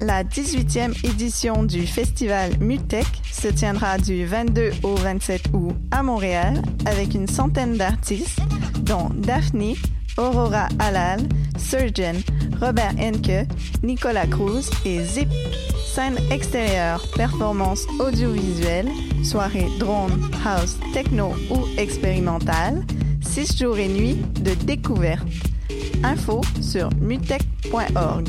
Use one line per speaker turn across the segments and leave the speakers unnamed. La 18e édition du festival Mutech se tiendra du 22 au 27 août à Montréal avec une centaine d'artistes dont Daphne, Aurora Halal, Surgeon, Robert Henke, Nicolas Cruz et Zip. Scène extérieure, performance audiovisuelle, soirée drone, house, techno ou expérimentale, 6 jours et nuits de découverte. Info sur mutech.org.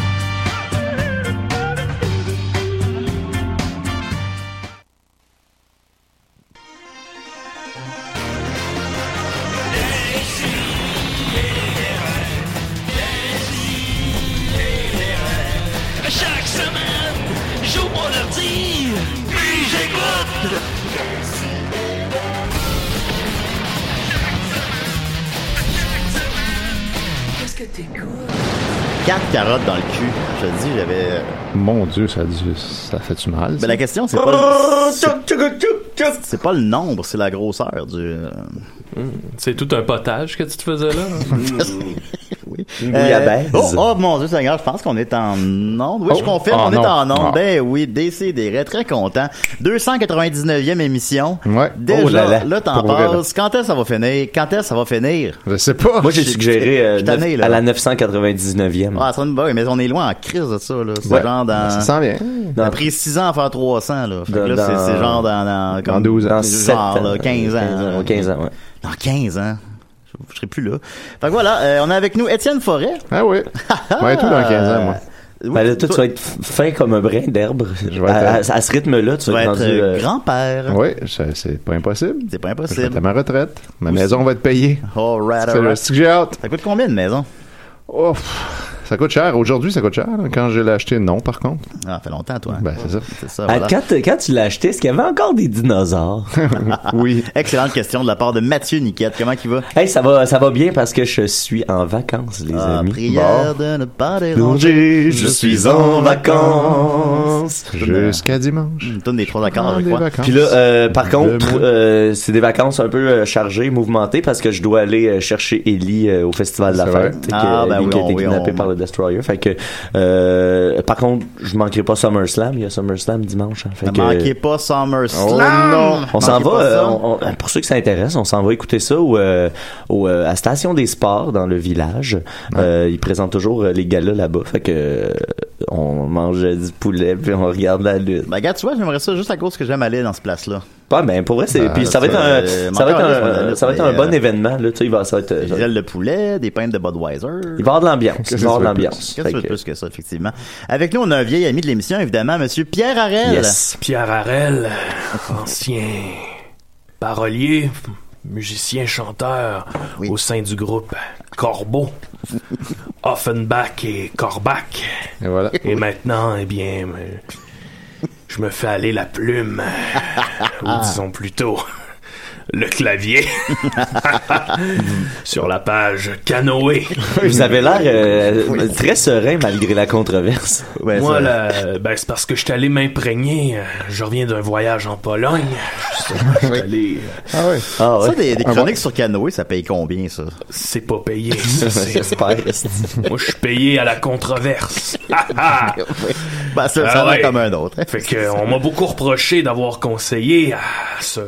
Chaque semaine, j'ouvre mon ordi, puis j'écoute. Qu'est-ce que t'écoutes?
Quatre carottes dans le cul. Je te dis, j'avais. euh,
Mon Dieu, ça, a dû- ça fait du mal.
Ben, la question, c'est pas. le- c'est- C'est pas le nombre, c'est la grosseur du. euh,
C'est tout un potage que tu te faisais là. hein?
oui.
Une
Euh,
bouillabaisse.
oh, oh, mon Dieu Seigneur, je pense qu'on est en onde. Oui, je
Oh.
confirme,
Ah,
on est
non.
en onde.
Ah.
Ben oui, décidé, très content. 299e émission. Ouais. Déjà,
Oh là
là,
là.
t'en
Pour vrai, là.
passes. Quand est-ce que ça va finir? Quand est-ce que ça va finir?
Je sais pas.
Moi, j'ai suggéré euh,
Je suis tanné,
neuf-
là.
à la
Hmm.
999e.
Ah, ça sonne bien, mais on est loin en crise de ça, là. C'est
Ouais.
genre dans.
Ça sent bien.
Ça a pris 6 ans à faire 300, là. Fait que
Dans-
là, c'est-
dans-
c'est genre dans, dans, comme-
Dans 12 ans.
Genre,
Dans sept ans.
là, 15 ans.
15 ans,
là.
15 ans, ouais.
Dans 15 ans. Je- Je serai plus là. Fait que voilà, euh, on a avec nous Étienne Forêt.
Ah oui. Ouais, tout dans 15 ans, moi.
Ah,
Ben là, toi, tu vas être f- fin comme un brin d'herbe. À,
être- euh,
à- à ce rythme-là, tu
Je
vas
vais
être rendu. euh,
grand-père.
Oui, ça- c'est pas impossible.
C'est pas
Je vais
impossible.
être à ma retraite. Ma maison va être payée.
All right,
C'est
all
le
right.
style que j'ai hâte.
Ça coûte combien une maison?
Oh, pff, ça coûte cher. Aujourd'hui, ça coûte cher. Quand je l'ai acheté, non, par contre.
Ah, fait longtemps, toi.
Ben, c'est ça.
C'est ça,
à- quand, t- quand tu l'as acheté, est-ce qu'il y avait encore des dinosaures?
oui.
Excellente question de la part de Mathieu Niquette. Comment il va?
Hey, ça va, ça va bien parce que je suis en vacances, les
Ah,
amis.
prière
Bon.
de ne pas
Déranger,
déranger.
je suis en vacances.
Jusqu'à dimanche.
euh, Une tonne Ah, des trois accords, je crois.
Puis là, euh, par contre, euh, c'est des vacances un peu euh, chargées, mouvementées, parce que je dois aller euh, chercher Ellie euh, au Festival de la
C'est vrai.
Fête, qui-
Ah, ben
Ellie qui
oui,
a
on-
été
oui,
kidnappée
on-
par le Destroyer. Fait que, euh, par contre, je manquerai pas SummerSlam. Il y a SummerSlam dimanche. hein. Fait
Ne
que- Oh,
manquez pas SummerSlam.
On s'en
Manquez
va,
pas ça.
euh, on- on- pour ceux qui s'intéressent, on s'en va écouter ça au, euh, au, euh, à Station des Sports dans le village. Euh, ils présentent toujours euh, les galas là-bas. Fait que euh, on mange du poulet puis on regarde la lutte.
Ben, regarde, tu vois, j'aimerais ça juste à cause que j'aime aller dans ce place-là.
Pas, mais ben, pour vrai, c'est,
Ah,
puis ça va être un,
euh,
ça va être
manqueur,
un,
là, c'est pas la
ça va
lutte,
être un
mais,
bon
euh,
événement, là, tu sais, il va, ça va être,
Des ailes de poulet, des pintes de Budweiser.
il va y avoir de l'ambiance, il va y avoir de l'ambiance.
Qu'est-ce que
Fait
tu veux
que-
plus que ça, effectivement. Avec nous, on a un vieil ami de l'émission, évidemment, Monsieur Pierre Harel.
Yes.
Pierre Harel, ancien parolier, musicien, chanteur au sein du groupe Corbeau, Offenbach et Corbac.
Et voilà.
Et maintenant, eh bien, me- je me fais aller la plume Ou disons plutôt le clavier sur la page canoë.
Vous avez l'air euh, très serein malgré la controverse.
Moi, là, ben, c'est parce que je suis allé m'imprégner. euh, Je reviens d'un voyage en Pologne. Justement, je suis allé, euh,
Ah oui.
ouais.
Ça, des, des
Ah,
chroniques
ouais.
sur canoë, ça paye combien, ça?
C'est pas payé. ça, c'est- Moi, je suis payé à la controverse.
Ben, ça, ça en est comme un autre.
Ah
hein.
Fait que, on m'a beaucoup reproché d'avoir conseillé à ce,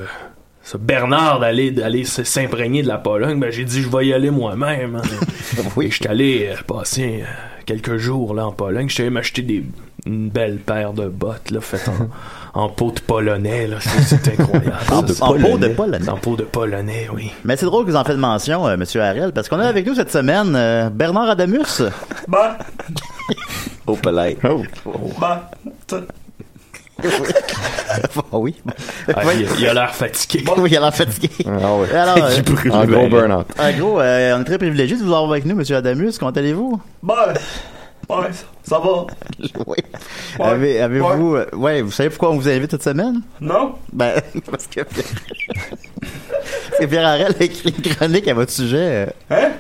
ce Bernard d'aller, d'aller s- s'imprégner de la Pologne. Ben, j'ai dit, je vais y aller moi-même. hein.
oui.
Je suis allé euh, passer euh, quelques jours là, en Pologne. Je suis allé m'acheter des, une belle paire de bottes là, faites en, en peau de polonais. Là. C'est, c'est incroyable.
En-
Ça, c'est-
en peau de polonais.
En peau de polonais, oui.
Mais c'est drôle que vous en faites mention, euh, Monsieur Harel, parce qu'on a avec nous cette semaine euh, Bernard Adamus.
Bah,
Oh, polite.
bah, t-
Oh. Ah oui.
Ah,
Oui.
il, il a l'air fatigué. Ah
Oui, il a l'air fatigué.
oui.
Alors, euh,
Il brûle. Un gros burn-out.
En gros, euh, on est très privilégié de vous avoir avec nous, Monsieur Adamus. Comment allez-vous?
bah, bah, ça va?
Oui. Avez, vous euh, ouais, vous savez pourquoi on vous invite cette semaine?
Non?
Ben, parce que Pierre, parce que Pierre Harel a écrit une chronique à votre sujet.
Hein?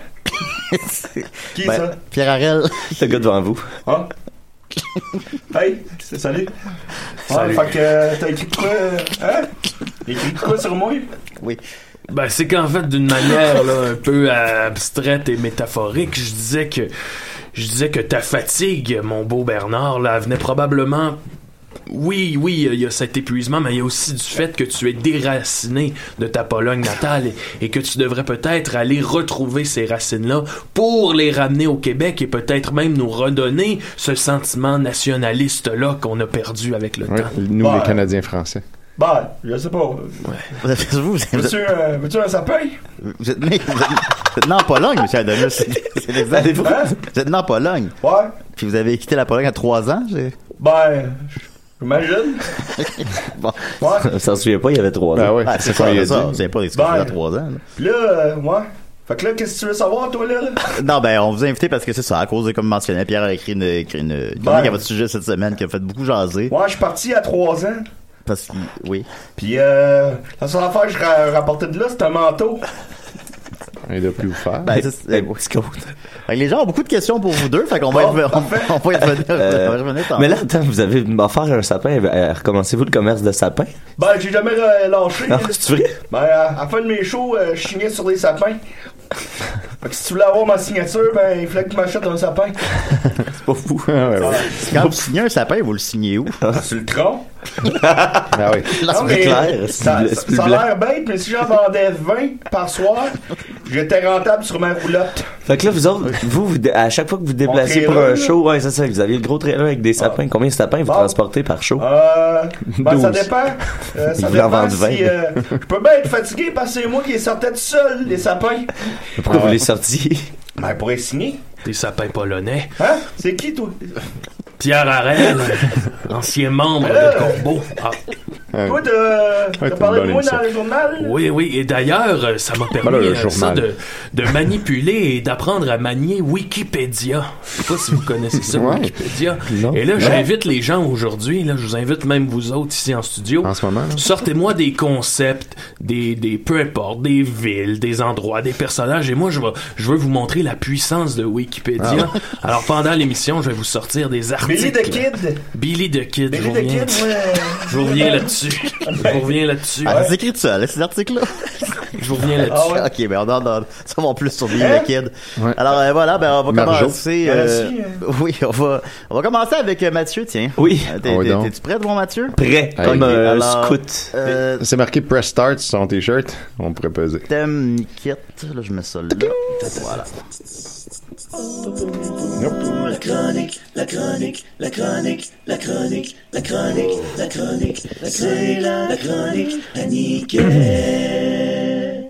Qui
ça?
Pierre Harel. Ah.
Le gars devant vous.
Hein? Hey, c'est- salut. Ouais,
Salut.
fait que euh, t'as écrit de quoi? euh, Hein? Écrit de quoi sur moi?
Oui.
Ben, c'est qu'en fait, d'une manière là, un peu abstraite et métaphorique, je disais que je disais que ta fatigue, mon beau Bernard, là, venait probablement. Oui, oui, il y a cet épuisement, mais il y a aussi du fait que tu es déraciné de ta Pologne natale et, et que tu devrais peut-être aller retrouver ces racines-là pour les ramener au Québec et peut-être même nous redonner ce sentiment nationaliste-là qu'on a perdu avec le
Oui,
temps.
Nous,
Ouais.
les Canadiens français.
Bah, je sais pas.
Vous,
Veux-tu euh, veux-tu un sapin?
Vous êtes né, vous êtes, vous êtes né en Pologne, monsieur Adamus. C'est c'est exact. Vous êtes né en Pologne.
Hein? Ouais.
Puis vous avez quitté la Pologne à 3 ans. j'ai-
Ben, j'imagine.
Bon.
Ça s'en souvient pas, il y avait trois
Ben
ans.
oui, Ah, c'est c'est ça, quoi, il a ça. dit. C'est pas des
Ben.
à 3 ans. là.
Puis là, euh, ouais. Fait que là, qu'est-ce que tu veux savoir, toi, là? là?
Non, ben, on vous a invité parce que c'est ça, à cause de, comme mentionné, Pierre a écrit une, écrit une une
Ben.
chronique à votre sujet cette semaine qui a fait beaucoup jaser.
Ouais, je suis parti à 3 ans.
Parce que, oui.
Puis, euh, la seule affaire que je ra- rapportais de là, c'était un manteau.
Il de plus vous faire.
Ben, ça, c'est- Fait que les gens ont beaucoup de questions pour vous deux, fait qu'on va, être- on, on va être venir- on va revenir tantôt.
Euh, mais là, attends, vous avez offert un sapin. euh, Recommencez-vous le commerce de sapins?
Ben, j'ai jamais euh, lâché.
Ah,
là.
c'est vrai?
Ben, à, à la fin de mes shows, euh, je signais sur des sapins. Fait que si tu voulais avoir ma signature, ben, il fallait que tu m'achètes un sapin.
c'est pas fou. Quand vous signez un sapin, vous le signez où?
Sur le tronc.
Ah oui.
Non, mais ça, ça- ça a l'air bête, mais si j'en vendais 20 par soir, j'étais rentable sur ma roulotte.
Fait que là, vous autres, vous, vous dé- à chaque fois que vous vous déplacez
Mon
pour
trailer,
un
là.
show, ouais, c'est ça, vous aviez le gros trailer avec des sapins. Combien de sapins vous transportez par show?
Ah. Euh, ben, ça
12.
dépend. Euh,
Il
ça
voulait en
dépend
vendre
si...
20.
euh, je peux bien être fatigué parce que c'est moi qui les sortais tout seul, les sapins.
Pourquoi
Ah
vous les sortiez?
Ah Ben, pour les signer.
Des sapins polonais.
Hein? C'est qui, toi?
Pierre Harel, ancien membre de Corbeau. Ah.
Toi, t'as t'as
t'as
parlé
une
de
bonne
moi dans
émission.
le journal?
Oui, oui, et d'ailleurs, euh, ça m'a permis
là, le
euh, ça,
journal.
de, de manipuler et d'apprendre à manier Wikipédia. Je sais pas si vous connaissez ça,
Ouais.
Wikipédia.
Non.
Et là,
Non.
j'invite les gens aujourd'hui, là, je vous invite même vous autres ici en studio.
En ce moment, là.
Sortez-moi des concepts, des, des peu importe, des villes, des endroits, des personnages, et moi je, vais, je veux vous montrer la puissance de Wikipédia.
Ah
Alors pendant l'émission, je vais vous sortir des articles.
Billy the Kid.
Billy the Kid. je
Billy
vous
the
reviens.
Kid, ouais.
Je vous reviens là-dessus. Je vous reviens là-dessus.
Ah, c'est écrit tout seul, hein, ces articles-là.
Je vous reviens là-dessus.
Ah ouais? Ok, ben on en on- ça va en plus sur Billy
Hein?
the Kid. Alors euh, voilà, ben on va
Marjo.
commencer. euh,
Merci,
Oui, on va, on va commencer avec euh, Mathieu, tiens.
Oui.
Euh, T'es,
Ah oui,
t'es-
donc.
t'es-tu prêt, mon Mathieu?
Prêt,
Hey.
comme
Ok,
euh,
alors,
scout.
Euh,
C'est marqué Press Start sur son t-shirt. On pourrait peser.
thème Niquette, là je mets ça là. Voilà.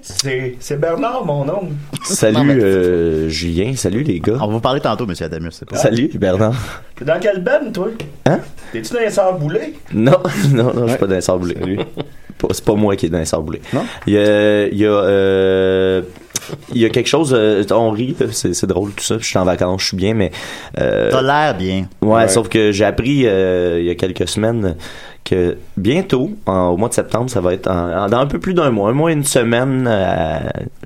C'est c'est Bernard, mon nom.
Salut euh, Julien, salut les gars.
On va vous parler tantôt, monsieur Adamus, c'est pas.
Salut Bernard.
T'es dans quelle bande, toi?
Hein?
T'es-tu dans les sœurs boulées?
Non, non, non, je suis pas dans les sables bleus. Pas- C'est pas moi qui est dans les sables bleus.
Non?
Il y a, il y a, euh, il y a quelque chose. euh, on rit, là, c'est c'est drôle tout ça. Je suis en vacances, je suis bien, mais euh,
T'as l'air bien.
Ouais, sauf que j'ai appris euh, il y a quelques semaines que bientôt, en- au mois de septembre, ça va être en- en- dans un peu plus d'un mois, un mois et une semaine, euh,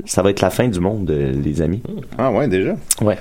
ça va être la fin du monde, euh, les amis.
Ah ouais, déjà.
Ouais.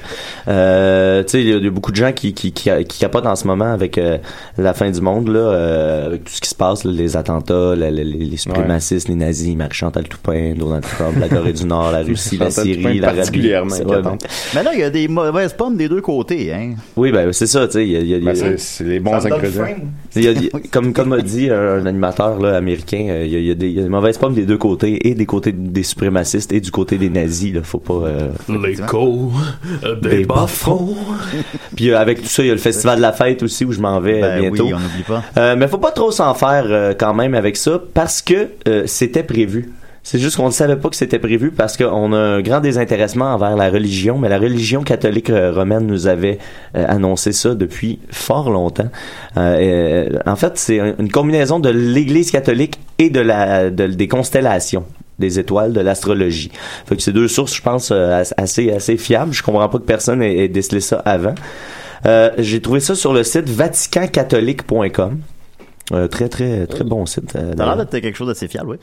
Euh, tu sais, il y, a- il y a beaucoup de gens qui, qui, qui, qui capotent en ce moment avec euh, la fin du monde, là, euh, avec tout ce qui se passe, là, les attentats, la- la- les, les suprémacistes, les nazis, Marie-Chantal Toupin, Donald Trump, la Corée du Nord, la Russie, la
Chantal
Syrie,
Toupin
l'Arabie.
particulièrement
C'est- ouais, ben,
inquiétante. Mais là, il y a des mauvaises pommes des deux côtés, hein.
oui, ben c'est ça, tu sais. il y a- il y a- il y a-
Ben, c'est- c'est les bons Ça me donne ingrédients. faim.
Il y a- il y a- comme comme a dit euh, un animateur là, américain, euh, il y, a, il y a des, il y a des mauvaises pommes des deux côtés, et des côtés des suprémacistes et du côté des nazis. Là, faut pas. euh,
Les cons, euh, des,
Des
bas fronts.
Puis euh, avec tout ça, il y a le festival de la fête aussi où je m'en vais euh,
Ben oui,
bientôt.
on n'oublie pas.
Euh, mais faut pas trop s'en faire euh, quand même avec ça parce que euh, c'était prévu. C'est juste qu'on ne savait pas que c'était prévu parce qu'on a un grand désintéressement envers la religion, mais la religion catholique euh, romaine nous avait euh, annoncé ça depuis fort longtemps. Euh, euh, en fait, c'est un- une combinaison de l'Église catholique et de la de- des constellations des étoiles, de l'astrologie. Fait que c'est deux sources, je pense, euh, as- assez assez fiables. Je comprends pas que personne ait, ait décelé ça avant. Euh, J'ai trouvé ça sur le site vaticancatholique.com. Euh, très très très bon site. euh,
T'as l'air d'être quelque chose d'assez fiable, oui.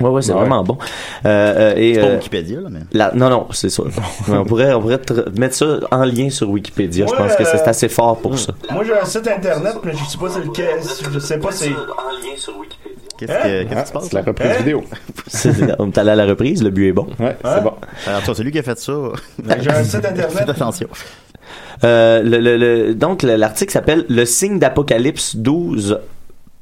Ouais, ouais, c'est vraiment bon. Euh, euh, et,
C'est pas
euh,
Wikipédia, là, mais.
la- non, non, c'est ça. Mais on pourrait, on pourrait te- mettre ça en lien sur Wikipédia. je
Ouais,
pense que c'est
euh,
assez fort pour ça.
Moi, j'ai un site internet, mais je sais pas c'est lequel. Je sais pas c'est.
Qu'est-ce
Hein?
que- qu'est-ce qui
Ah,
se passe?
c'est la reprise Hein? vidéo.
C'est- on est allé à la reprise, le but est bon.
Ouais,
c'est Hein? bon.
Alors, toi, c'est lui qui a fait ça.
Ben, J'ai un site internet.
Faites attention.
Euh, le, le- le- donc, le- l'article s'appelle Le signe d'Apocalypse 12.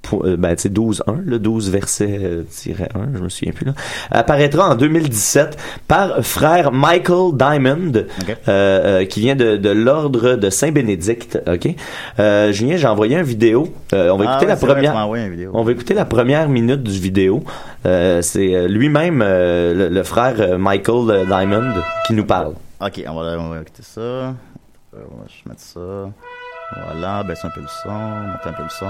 po- euh, Ben, tu sais, 12.1, le 12 verset euh, tiret 1, je me souviens plus là, apparaîtra en 2017 par frère Michael Diamond, euh, euh, qui vient de, de l'ordre de Saint-Bénédicte, ok? Euh, Julien, j'ai envoyé une vidéo, Euh, on va
Ah
écouter
ouais,
la
c'est vrai, tu
première...
m'as envoyé une vidéo.
On va écouter la première minute du vidéo. Euh, c'est euh, lui-même, euh, le, le frère euh, Michael euh, Diamond, qui nous parle.
Ok, on va, on va écouter ça. Euh, on va juste mettre ça. Voilà, baisse un peu le son, monte un peu le son.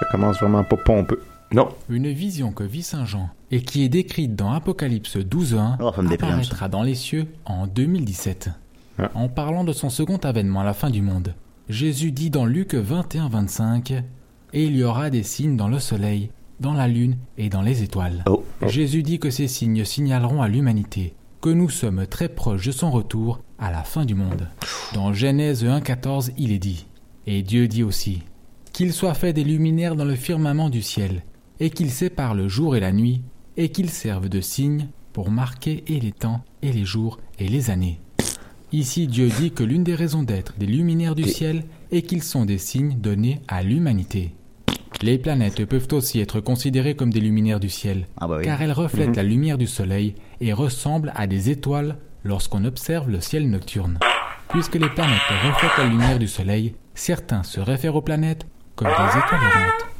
Ça commence vraiment pas pompeux.
Non.
Une vision que vit Saint Jean et qui est décrite dans Apocalypse 12.1
me déprime,
apparaîtra dans les cieux en 2017. En parlant de son second avènement à la fin du monde, Jésus dit dans Luc 21-25 « Et il y aura des signes dans le soleil, dans la lune et dans les étoiles.
Oh.
Jésus dit que ces signes signaleront à l'humanité que nous sommes très proches de son retour à la fin du monde. Dans Genèse 1.14, il est dit Et Dieu dit aussi qu'il soit fait des luminaires dans le firmament du ciel, et qu'il sépare le jour et la nuit, et qu'ils servent de signes pour marquer et les temps, et les jours, et les années. Ici, Dieu dit que l'une des raisons d'être des luminaires du ciel est qu'ils sont des signes donnés à l'humanité. Les planètes peuvent aussi être considérées comme des luminaires du ciel,
oui.
car elles reflètent
Mhm.
la lumière du soleil et ressemblent à des étoiles lorsqu'on observe le ciel nocturne. Puisque les planètes reflètent la lumière du soleil, certains se réfèrent aux planètes comme des étoiles errantes.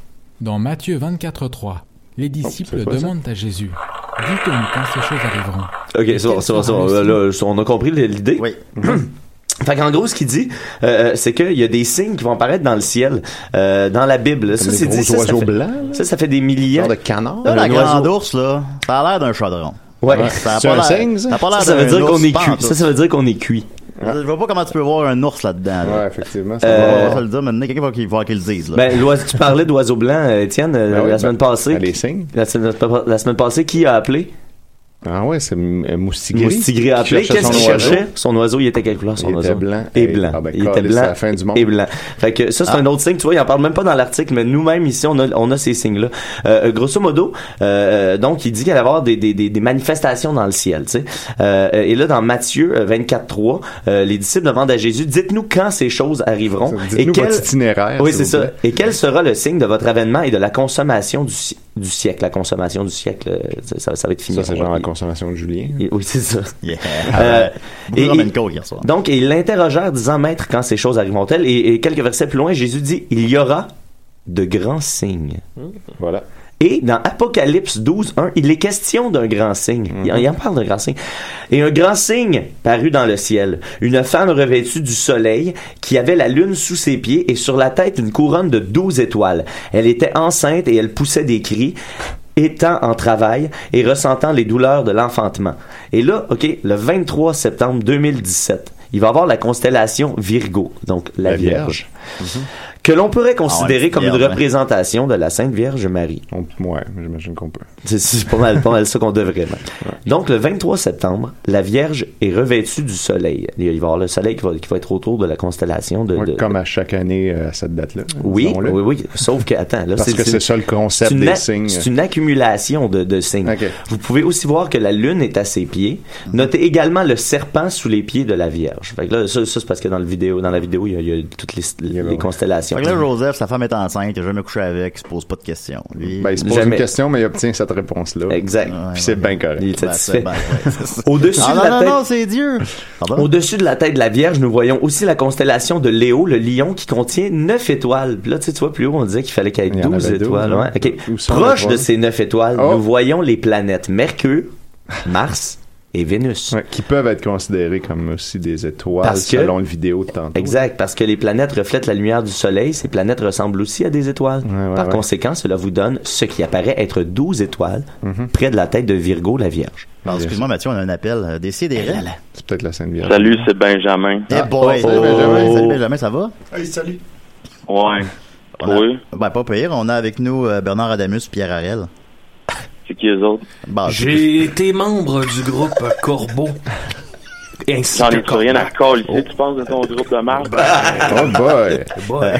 Dans Matthieu 24.3, les disciples
Oh, c'est quoi ça?
demandent à Jésus, dites-nous quand ces choses arriveront.
Ok, c'est bon, c'est bon, c'est bon. Euh, là, on a compris l'idée.
Oui. Mm-hmm.
Fait qu'en gros, ce qu'il dit, euh, c'est qu'il y a des signes qui vont apparaître dans le ciel, euh, dans la Bible. Ça,
Comme les
c'est
gros
dit, ça, ça
oiseaux
fait,
blancs,
ça, ça fait des milliards. de
canard.
Là, la grande ours, là, ça a l'air d'un chaudron.
Ouais.
Ça a
C'est
pas
un
l'air-
signe, ça?
Ça a pas l'air
Ça, ça veut
d'un
dire
ours
qu'on est
pantoute.
cuit. Ça, ça veut dire qu'on est cuit.
Je vois pas comment tu peux voir un ours là-dedans.
Ouais, effectivement.
ça Euh,
On va se le dire maintenant. Quelqu'un va qu'il- va qu'il le dise, là.
Ben, l'oiseau- tu parlais d'oiseau blanc, euh, Étienne, euh,
Ben oui,
la semaine passée. La, semaine- la semaine passée, qui a appelé?
Ah ouais, c'est euh, Moustigri.
Moustigri a appelé.
Qui cherchait
Qu'est-ce
son
qu'il
oiseau.
cherchait? Son oiseau, il était quelle couleur, son
Il
oiseau?
était blanc.
Et
Hey,
blanc.
ah ben,
il était
câlisse,
blanc.
c'est la fin du monde.
Et blanc. Fait que ça, c'est
Ah.
un autre signe. Tu vois, il en parle même pas dans l'article, mais nous-mêmes ici, on a, on a ces signes-là. Euh, grosso modo, euh, donc, il dit qu'il allait y avoir des, des, des, des manifestations dans le ciel, tu sais. Euh, et là, dans Matthieu euh, 24, 3, euh, les disciples demandent à Jésus, dites-nous quand ces choses arriveront.
Dites-nous votre itinéraire,
Oui,
s'il
c'est
vous
ça.
plaît.
Et quel sera le signe de votre avènement et de la consommation du, si- du siècle? La consommation du siècle, euh, ça- ça, ça va être fini.
Ça, c'est
On va-
genre la consommation de Julien.
Oui, c'est ça.
Ah,
Euh, Beaucoup de Roman Coke hier soir.
donc, ils l'interrogèrent, disant Maître, quand ces choses arriveront-elles et, et quelques versets plus loin, Jésus dit Il y aura de grands signes.
Voilà.
Et dans Apocalypse 12, 1, il est question d'un grand signe. Il en- Il en parle d'un grand signe. Et un grand signe parut dans le ciel. Une femme revêtue du soleil qui avait la lune sous ses pieds et sur la tête une couronne de douze étoiles. Elle était enceinte et elle poussait des cris étant en travail et ressentant les douleurs de l'enfantement. Et là, OK, le 23 septembre 2017, il va avoir la constellation Virgo, donc la, Vierge que l'on pourrait considérer
Ah ouais,
comme
merde,
une
hein.
représentation de la Sainte Vierge Marie.
Ouais, j'imagine qu'on peut.
C'est- C'est pas mal, pas mal ça qu'on devrait mettre. Donc, le 23 septembre, la Vierge est revêtue du soleil. Il va y avoir le soleil qui va, qui va être autour de la constellation de.
Ouais,
de-
comme à chaque année euh, à cette date-là.
Oui, oui,
disons-le.
oui. Sauf que, attends, là,
Parce que
une-
c'est ça le concept
c'est une
des
a-
signes.
C'est une accumulation de, de signes. Vous pouvez aussi voir que la Lune est à ses pieds. Notez également le serpent sous les pieds de la Vierge. Fait que là, ça, ça, c'est parce que dans, le vidéo, dans la vidéo, il y a, il y a toutes les, les constellations.
Fait que là, Joseph, sa femme est enceinte, il a jamais couché avec, il se pose pas de questions. Lui,
Ben, il se pose une question, mais il obtient cette réponse-là.
Exact.
Puis c'est bien correct.
Il est
Ben,
satisfait.
ben, ouais, c'est ça.
Au-dessus
Ah,
de
non,
la
non,
tête-
non, c'est Dieu.
Ah
Pardon?
Au-dessus de la tête de la Vierge, nous voyons aussi la constellation de Léo, le lion, qui contient neuf étoiles. Puis Là, tu sais, tu vois, plus haut, on disait qu'il fallait qu'il y ait
en
12
avait douze,
étoiles.
ouais.
ouais. OK.
Où sont
Proche
les
de
étoiles? Oh!
ces neuf étoiles, nous voyons les planètes Mercure, Mars et Vénus.
Ouais, qui peuvent être considérés comme aussi des étoiles
Parce que-
selon le vidéo de tantôt.
Exact, parce que les planètes reflètent la lumière du Soleil, ces planètes ressemblent aussi à des étoiles. Par
ouais.
conséquent, cela vous donne ce qui apparaît être 12 étoiles
Mm-hmm.
près de la tête de Virgo, la Vierge.
Non, excuse-moi, Mathieu, on a un appel. Euh, Décidez.
C'est peut-être la Sainte Vierge.
Salut, c'est Benjamin.
Ah,
Ah.
Eh boy,
Oh,
salut Benjamin,
oh.
salut Benjamin, ça va?
Hey, salut.
Ouais. Oui.
Ben, pas pire. On a avec nous euh, Bernard Adamus, Pierre Harel.
C'est qui les autres?
Bah,
J'ai été membre du groupe Corbeau. Ainsi
J'en
que
ai plus rien à coller. Tu penses de ton groupe de marde?
Oh boy!
boy.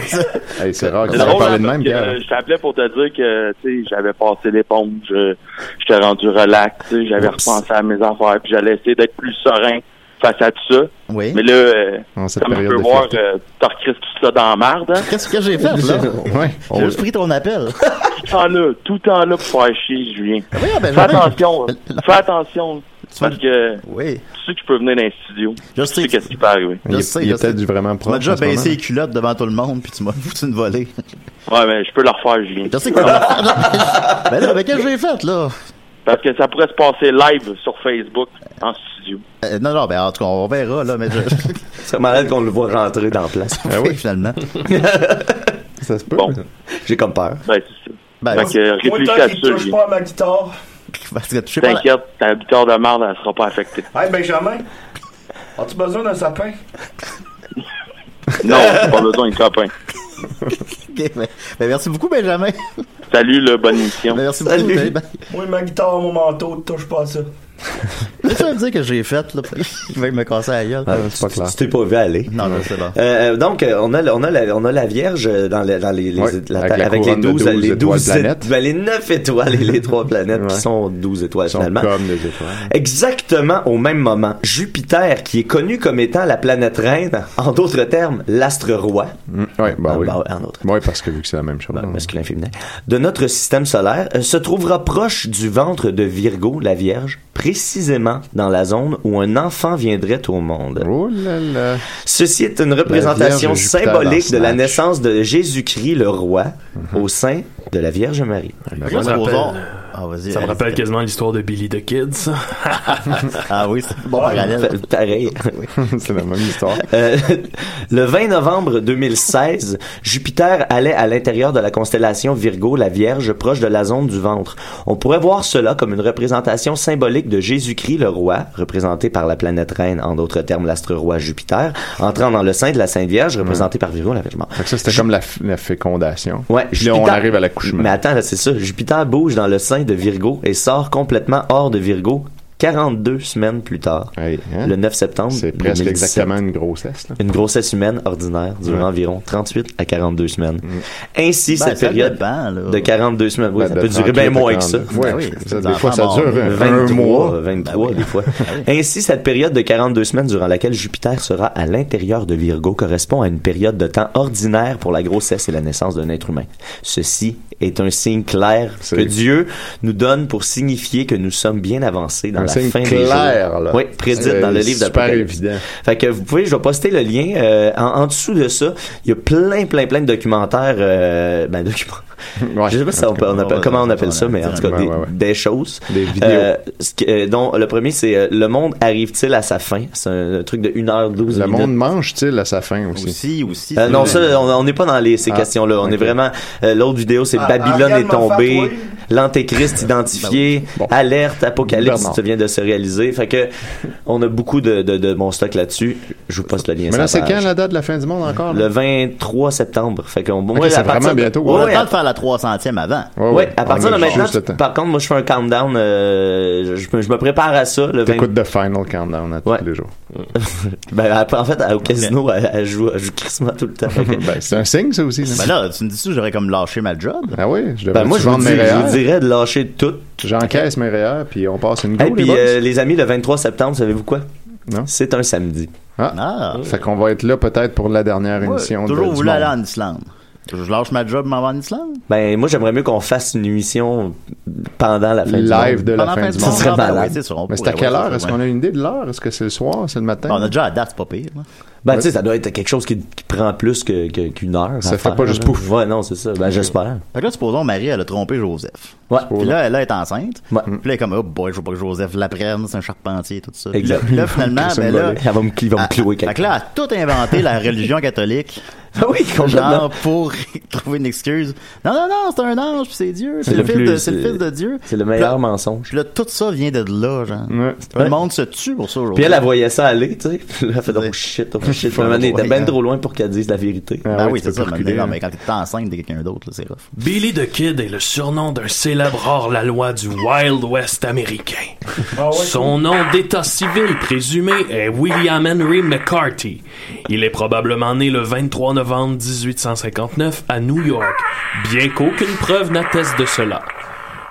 Hey, c'est rare que
C'est
tu aies
drôle,
parlé
hein,
de même,
parce que,
Pierre.
euh, je t'appelais pour te dire que tu sais, j'avais passé l'éponge, euh, j'étais rendu relax, tu sais, j'avais
Oups.
repensé à mes affaires, puis j'allais essayer d'être plus serein face à tout ça.
Oui.
Mais là, euh,
En cette
comme je
période
peux
de
voir,
fête.
euh, t'as recris tout ça dans la marde. hein?
Qu'est-ce que j'ai fait, là? J'ai juste pris ton appel.
Tout le temps là, tout le temps là pour faire chier, Julien.
Ah
fais
Benjamin.
attention,
Euh,
fais attention, parce que tu sais que je peux venir dans le studio.
Je sais
qu'est-ce qui peut arriver.
Je sais,
il
je
est peut-être
sais.
du vraiment
Tu m'as
propre.
déjà
en ce moment.
baissé les culottes devant tout le monde, puis tu m'as foutu une volée.
Ouais, mais je peux le refaire, Julien.
Je sais que Ben là, mais qu'est-ce que j'ai fait, là?
Parce que ça pourrait se passer live sur Facebook en studio.
Euh, non, non, ben en tout cas, on verra, là, mais je...
C'est malade qu'on le voit rentrer dans la place.
Ah oui, finalement.
ça se peut.
J'ai comme peur.
Ben, c'est ça.
Ben,
fait que
Moi,
réfléchis
tant
à
qu'il
ça,
touche
Julien.
pas à ma guitare.
Parce que tu sais pas...
T'inquiète, ta guitare de merde, elle sera pas affectée.
Hey, Benjamin, as-tu besoin d'un sapin?
Non, pas besoin de copain.
Ok, ben, ben, merci beaucoup, Benjamin.
Salut, le bonne émission.
merci beaucoup. Ben, ben,
Moi, ma guitare, mon manteau, touche pas à ça.
Qu'est-ce que tu veux me dire que j'ai fait, là? Il va me casser la gueule.
Ah, tu- Tu t'es pas vu aller.
Non, non, c'est bon.
Euh, euh, donc, euh, on a, le- on, a la, on a la Vierge euh, dans, les- dans les, les-
Ouais,
la-
avec la
avec les
couronne de
12,
12
les
étoiles
12
planètes.
étoiles, les 9 étoiles et les 3 planètes qui sont 12 étoiles finalement.
comme des étoiles.
Exactement au même moment, Jupiter, qui est connu comme étant la planète reine, en d'autres termes, l'astre roi, Ah,
Mm, ouais, bah oui.
en autre. Bah,
Ouais, parce que vu que c'est la même chose.
masculin, féminin. de notre système solaire, euh, se trouvera proche du ventre de Virgo, la Vierge, précisément dans la zone où un enfant viendrait au monde.
Oh
Ceci est une représentation
Vierge Jupiter
symbolique
dans
de la
Snatch.
naissance de Jésus-Christ le roi au sein de la Vierge Marie.
Ça me rappelle, ça me
allez,
rappelle
Ah, vas-y.
quasiment l'histoire de Billy the Kid, ça.
ah oui, c'est bon
Pa- Pareil. Euh,
c'est la même histoire.
le 20 novembre 2016, Jupiter allait à l'intérieur de la constellation Virgo, la Vierge, proche de la zone du ventre. On pourrait voir cela comme une représentation symbolique de Jésus-Christ le roi, représenté par la planète reine, en d'autres termes l'astre roi Jupiter, entrant dans le sein de la Sainte Vierge, représentée par Virgo, la Vierge. Bon.
Fait que ça, c'était comme la, f- la fécondation.
Ouais,
Puis là, on
Jupiter-
arrive à l'accouchement.
Mais attends, là, c'est ça. Jupiter bouge dans le sein de Virgo et sort complètement hors de Virgo 42 semaines plus tard.
hein?
Le 9 septembre.
C'est presque
2017.
exactement une grossesse. là.
Une grossesse humaine ordinaire durant
Ouais.
environ 38 à 42 semaines. Ainsi,
Ben,
cette
ça
période
dépend, là.
de 42 semaines, oui,
Ben,
ça
de
peut durer
38 à
bien moins que ça.
42. Ouais, Ben oui, ça, des
Des
fois, ça dure un- un
23,
mois.
Bah
23 euh, des fois. Ainsi, cette période de 42 semaines durant laquelle Jupiter sera à l'intérieur de Virgo correspond à une période de temps ordinaire pour la grossesse et la naissance d'un être humain. Ceci est un signe clair que Dieu nous donne pour signifier que nous sommes bien avancés dans
Un
la
signe
fin des
clair,
jours.
là.
Oui, prédite
C'est
dans le livre
super
d'Apocalypse.
évident.
Fait que vous pouvez, je vais poster le lien euh, en, en dessous de ça. Il y a plein, plein, plein de documentaires. euh, ben, documents. je sais pas si on peut- on appelle- comment on appelle ça, mais en tout cas, des, des choses. Euh, Des
vidéos.
dont le premier, c'est euh, Le monde arrive-t-il à sa fin C'est un, un truc de 1h12
Le
minutes.
monde mange-t-il à sa fin aussi? Aussi,
aussi.
Euh, non, ça, on on n'est pas dans les, ces
Ah,
questions-là. On
ok.
est vraiment. euh, L'autre vidéo, c'est
Ah,
Babylone
Ariane
est tombée.
Moffat, oui. Ben
l'antéchrist identifié, alerte, apocalypse, ça vient de se réaliser. Fait que on a beaucoup de, de, de mon stock là-dessus. Je vous poste le lien.
Mais là,
sur
c'est
la
quand
page.
la date de la fin du monde encore? là?
Le 23 septembre. Fait qu'on
Ok, c'est vraiment bientôt.
Oui,
On a le
ouais,
temps
à-
de faire la 300e avant.
ouais, à partir de
On a
maintenant,
juste le temps.
par contre, moi, je fais un countdown. euh, je, je me prépare à ça. Le 20...
T'écoutes The Final Countdown à tous les jours.
ben, après, en fait, au casino, elle, elle joue, elle joue crissement tout le temps. Fait que-
Ben, c'est un signe, ça aussi.
Ben là, tu me dis ça, j'aurais comme lâché ma job.
Ah oui, je devrais
Ben, moi, je vous,
vendre mes
dis- je vous
REER.
dirais de lâcher tout.
J'encaisse mes REER, puis on passe une go,
Et
les
puis,
boys.
euh, les amis, le 23 septembre, savez-vous quoi? C'est un samedi.
Ah. Fait qu'on va être là peut-être pour la dernière émission de,
toujours
du
voulu
monde.
aller
En Islande. Je lâche ma job, m'en vais en Islande.
Ben, moi, j'aimerais mieux qu'on fasse une émission pendant la fin du monde.
Live de la fin du
Ça
monde.
serait malade.
Mais c'est à quelle heure? Est-ce qu'on a une idée de l'heure? Est-ce que c'est le soir? C'est le matin?
On a
déjà la date, c'est pas pire.
Ben, tu sais, ça doit être quelque chose qui, qui prend plus que- que- qu'une heure.
Ça
à
fait
faire,
pas juste
là.
pouf.
Ouais, non, c'est ça. Ben, j'espère.
Fait que là, supposons, Marie, elle a trompé Joseph. Ouais. Puis là, elle, elle est enceinte. Puis là, elle est comme, oh boy, je veux pas que Joseph l'apprenne, c'est un charpentier, tout ça. Puis
Exact.
là- Puis là, finalement,
Christine
ben là.
Bollé. Elle va me- il va me
elle-
clouer Ah
Fait que là, elle a tout inventé, la religion catholique.
oui, complètement.
Genre, pour trouver une excuse. Non, non, non, c'est un ange, puis c'est Dieu. C'est le, fils de- c'est le fils de Dieu.
C'est le
Puis là-
meilleur mensonge.
Puis là, tout ça vient de là, genre. Le
Ouais.
monde se tue pour ça aujourd'hui.
Puis elle, elle voyait ça aller, tu sais. Puis là, elle fait oh shit, oh shit. Puis à un moment donné, elle était bien
Ouais.
trop loin pour qu'elle dise la vérité.
Ben oui, c'est ça, mais
reculer,
non,
hein.
mais quand t'es enceinte de quelqu'un d'autre, là, c'est rough.
Billy the Kid est le surnom d'un célèbre hors-la-loi du Wild West américain. Son nom d'état civil présumé est William Henry McCarthy. Il est probablement né le 23 novembre 1859 à New York, bien qu'aucune preuve n'atteste de cela.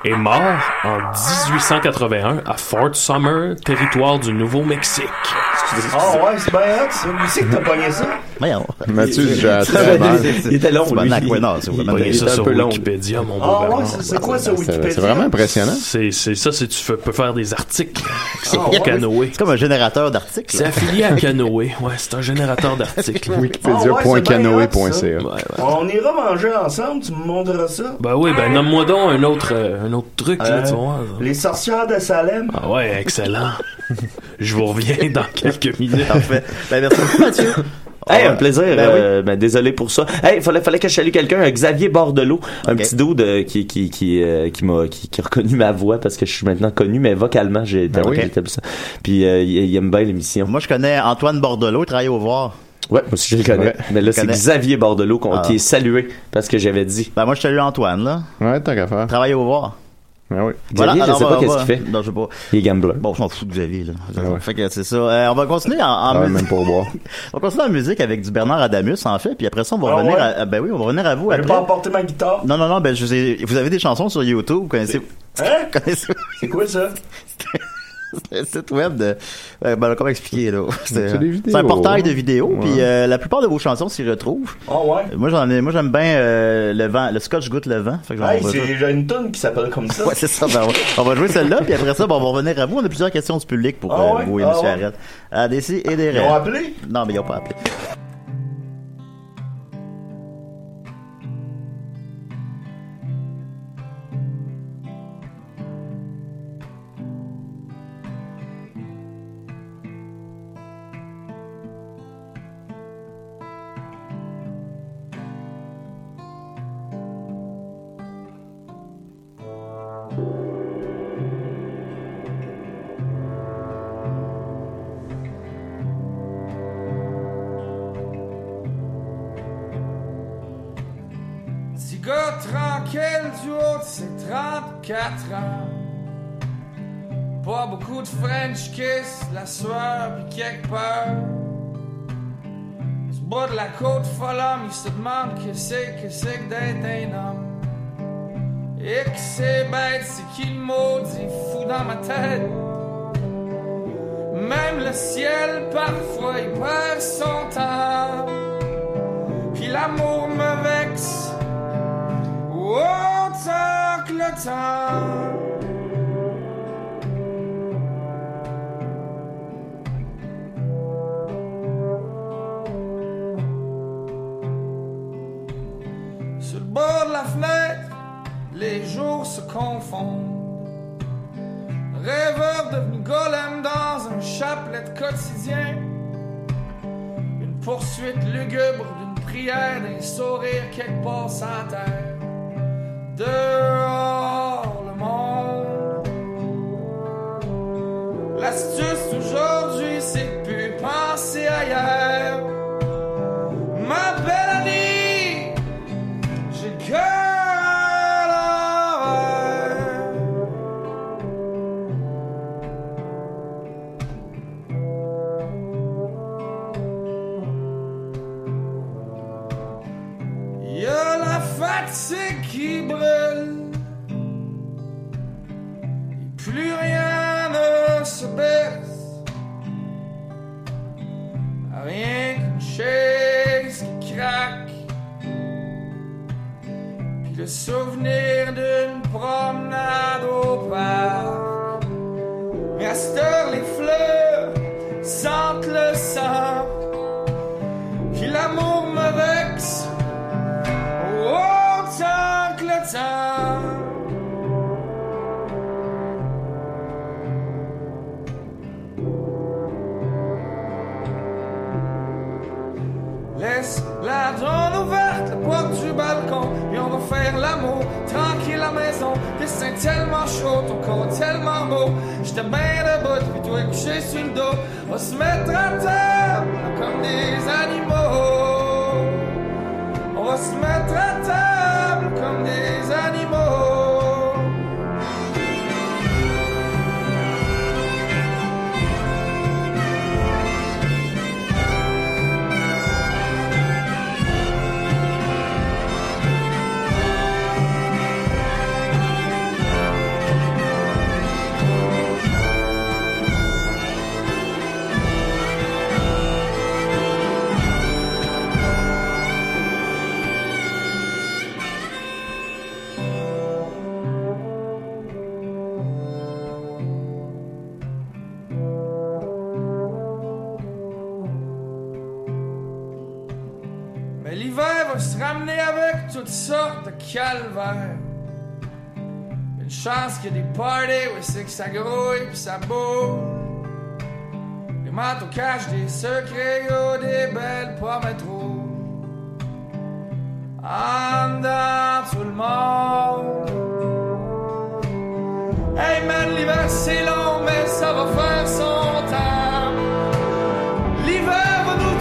Est mort en 1881 à Fort Summer, territoire du Nouveau-Mexique.
Ah ouais, c'est bien hot, ça. Où c'est que t'as pogné ça?
Voyons.
Mathieu, j'ai
Ça va, il était long,
C'est bon,
lui.
Aqua- non, c'est vraiment-
Il- il-
il était
ça
un
sur
peu long.
Wikipédia, mon beau
Ah ouais,
Bernard.
c'est- c'est quoi ça, Wikipédia?
impressionnant.
C'est c'est ça, c'est tu fais- peux faire des articles. C'est
Ah
pour
ouais?
canoë.
C'est comme un générateur d'articles.
C'est affilié à canoë. Ouais, c'est un générateur d'articles.
Wikipédia.canoë.ca.
Ouais, ouais.
On ira manger ensemble, tu me montreras ça.
Ben oui, ben nomme-moi donc un autre, euh, un autre truc, là,
Euh,
tu vois.
les sorcières de Salem.
Ah ouais, excellent. Je vous reviens dans quelques minutes.
Parfait. Ben merci beaucoup, Mathieu.
Hey, un plaisir.
Ben
euh, ben, désolé pour ça. Hey, fallait, fallait que je salue quelqu'un, euh, Xavier Bordelot, un
Ok.
petit dude euh, qui qui qui euh, qui m'a qui, qui a reconnu ma voix parce que je suis maintenant connu, mais vocalement j'ai été
Ben oui.
Puis euh, il, il aime bien l'émission.
Moi, je connais Antoine Bordelot, il travaille au Voir.
Ouais, moi aussi je le connais.
Ouais.
Mais là
Je
c'est
connais.
Xavier Bordelot qu'on-
Ah.
qui est salué parce que j'avais dit.
Ben moi je salue Antoine là.
Ouais, tant qu'à faire.
Travaille au Voir.
Ben oui.
Xavier, je
alors,
sais
on
pas
va-
qu'est-ce
on va-
qu'il fait.
Non, je sais pas.
Il est gambler.
Bon, je m'en fous de Xavier là. Fait que c'est ça. Euh, on va continuer en, en
Ah,
musique.
même
pour boire.
on va continuer en musique avec du Bernard Adamus en fait, puis après ça on va
Ah
revenir
ouais?
à ben oui, on va revenir à vous
Je vais
après.
pas emporter ma guitare.
Non non non, ben je vous, ai- vous avez des chansons sur YouTube, vous connaissez
Hein?
connaissez
C'est quoi ça?
C'est un site web de. euh, ben, comment expliquer, là? C'est
C'est des
un-
vidéos,
c'est un portail
hein?
de vidéos,
Ouais.
puis euh, la plupart de vos chansons s'y retrouvent.
Ah ouais?
Moi, j'en ai, moi, j'aime bien euh, le vent, le scotch goûte le vent. Fait que j'en
Hey,
vais
c'est-
jouer.
j'ai une tonne qui s'appelle comme ça.
Ouais, c'est ça. ben, on, va- on va jouer celle-là, puis après ça, ben, on va revenir à vous. On a plusieurs questions du public pour
Ah
euh,
ouais?
vous et
Ah
monsieur
ouais?
Arrête. À des si et des
Ils
rêves.
ont appelé?
Non, mais ils n'ont pas appelé.
Petit gars tranquille du haut de ses 34 ans. Pas beaucoup de French kiss, la sueur pis quelques peurs. Du bas de la côte follum, il se demande que c'est, que c'est que d'être un homme. Et que c'est bête, c'est qui le maudit fou dans ma tête. Même le ciel, parfois, il perd son temps. Puis l'amour me vexe autant que le temps. Sur le bord de la fenêtre, les jours se confondent. Rêveur devenu golem dans un chapelet de quotidien. Une poursuite lugubre d'une prière, d'un sourire quelque part sans terre. Dehors, L'astuce d'aujourd'hui, c'est de plus penser ailleurs. Ma belle Annie, j'ai le cœur à l'envers. Y a la fatigue qui brûle. Et plus rien ne se baisse. Rien qu'une chaise qui craque. Puis le souvenir d'une promenade au parc. Mais à cette heure, les fleurs sentent le sang. Puis l'amour me vexe autant que le temps. Laisse la zone ouverte, la porte du balcon, et on va faire l'amour tranquille à la maison. Destin tellement chaud, ton corps tellement beau. J'étais bien debout, puis toi couché sur le dos. On va se mettre à table comme des animaux. On va se mettre à table comme des animaux. Mais l'hiver va se ramener avec toutes sortes de calvaires. Une chance qu'il y a des parties où c'est que ça grouille pis ça bouge. Les manteaux cachent des secrets ou des belles promesses rouges. En dedans, tout le monde. Hey man, l'hiver c'est long, mais ça va faire son temps. L'hiver va nous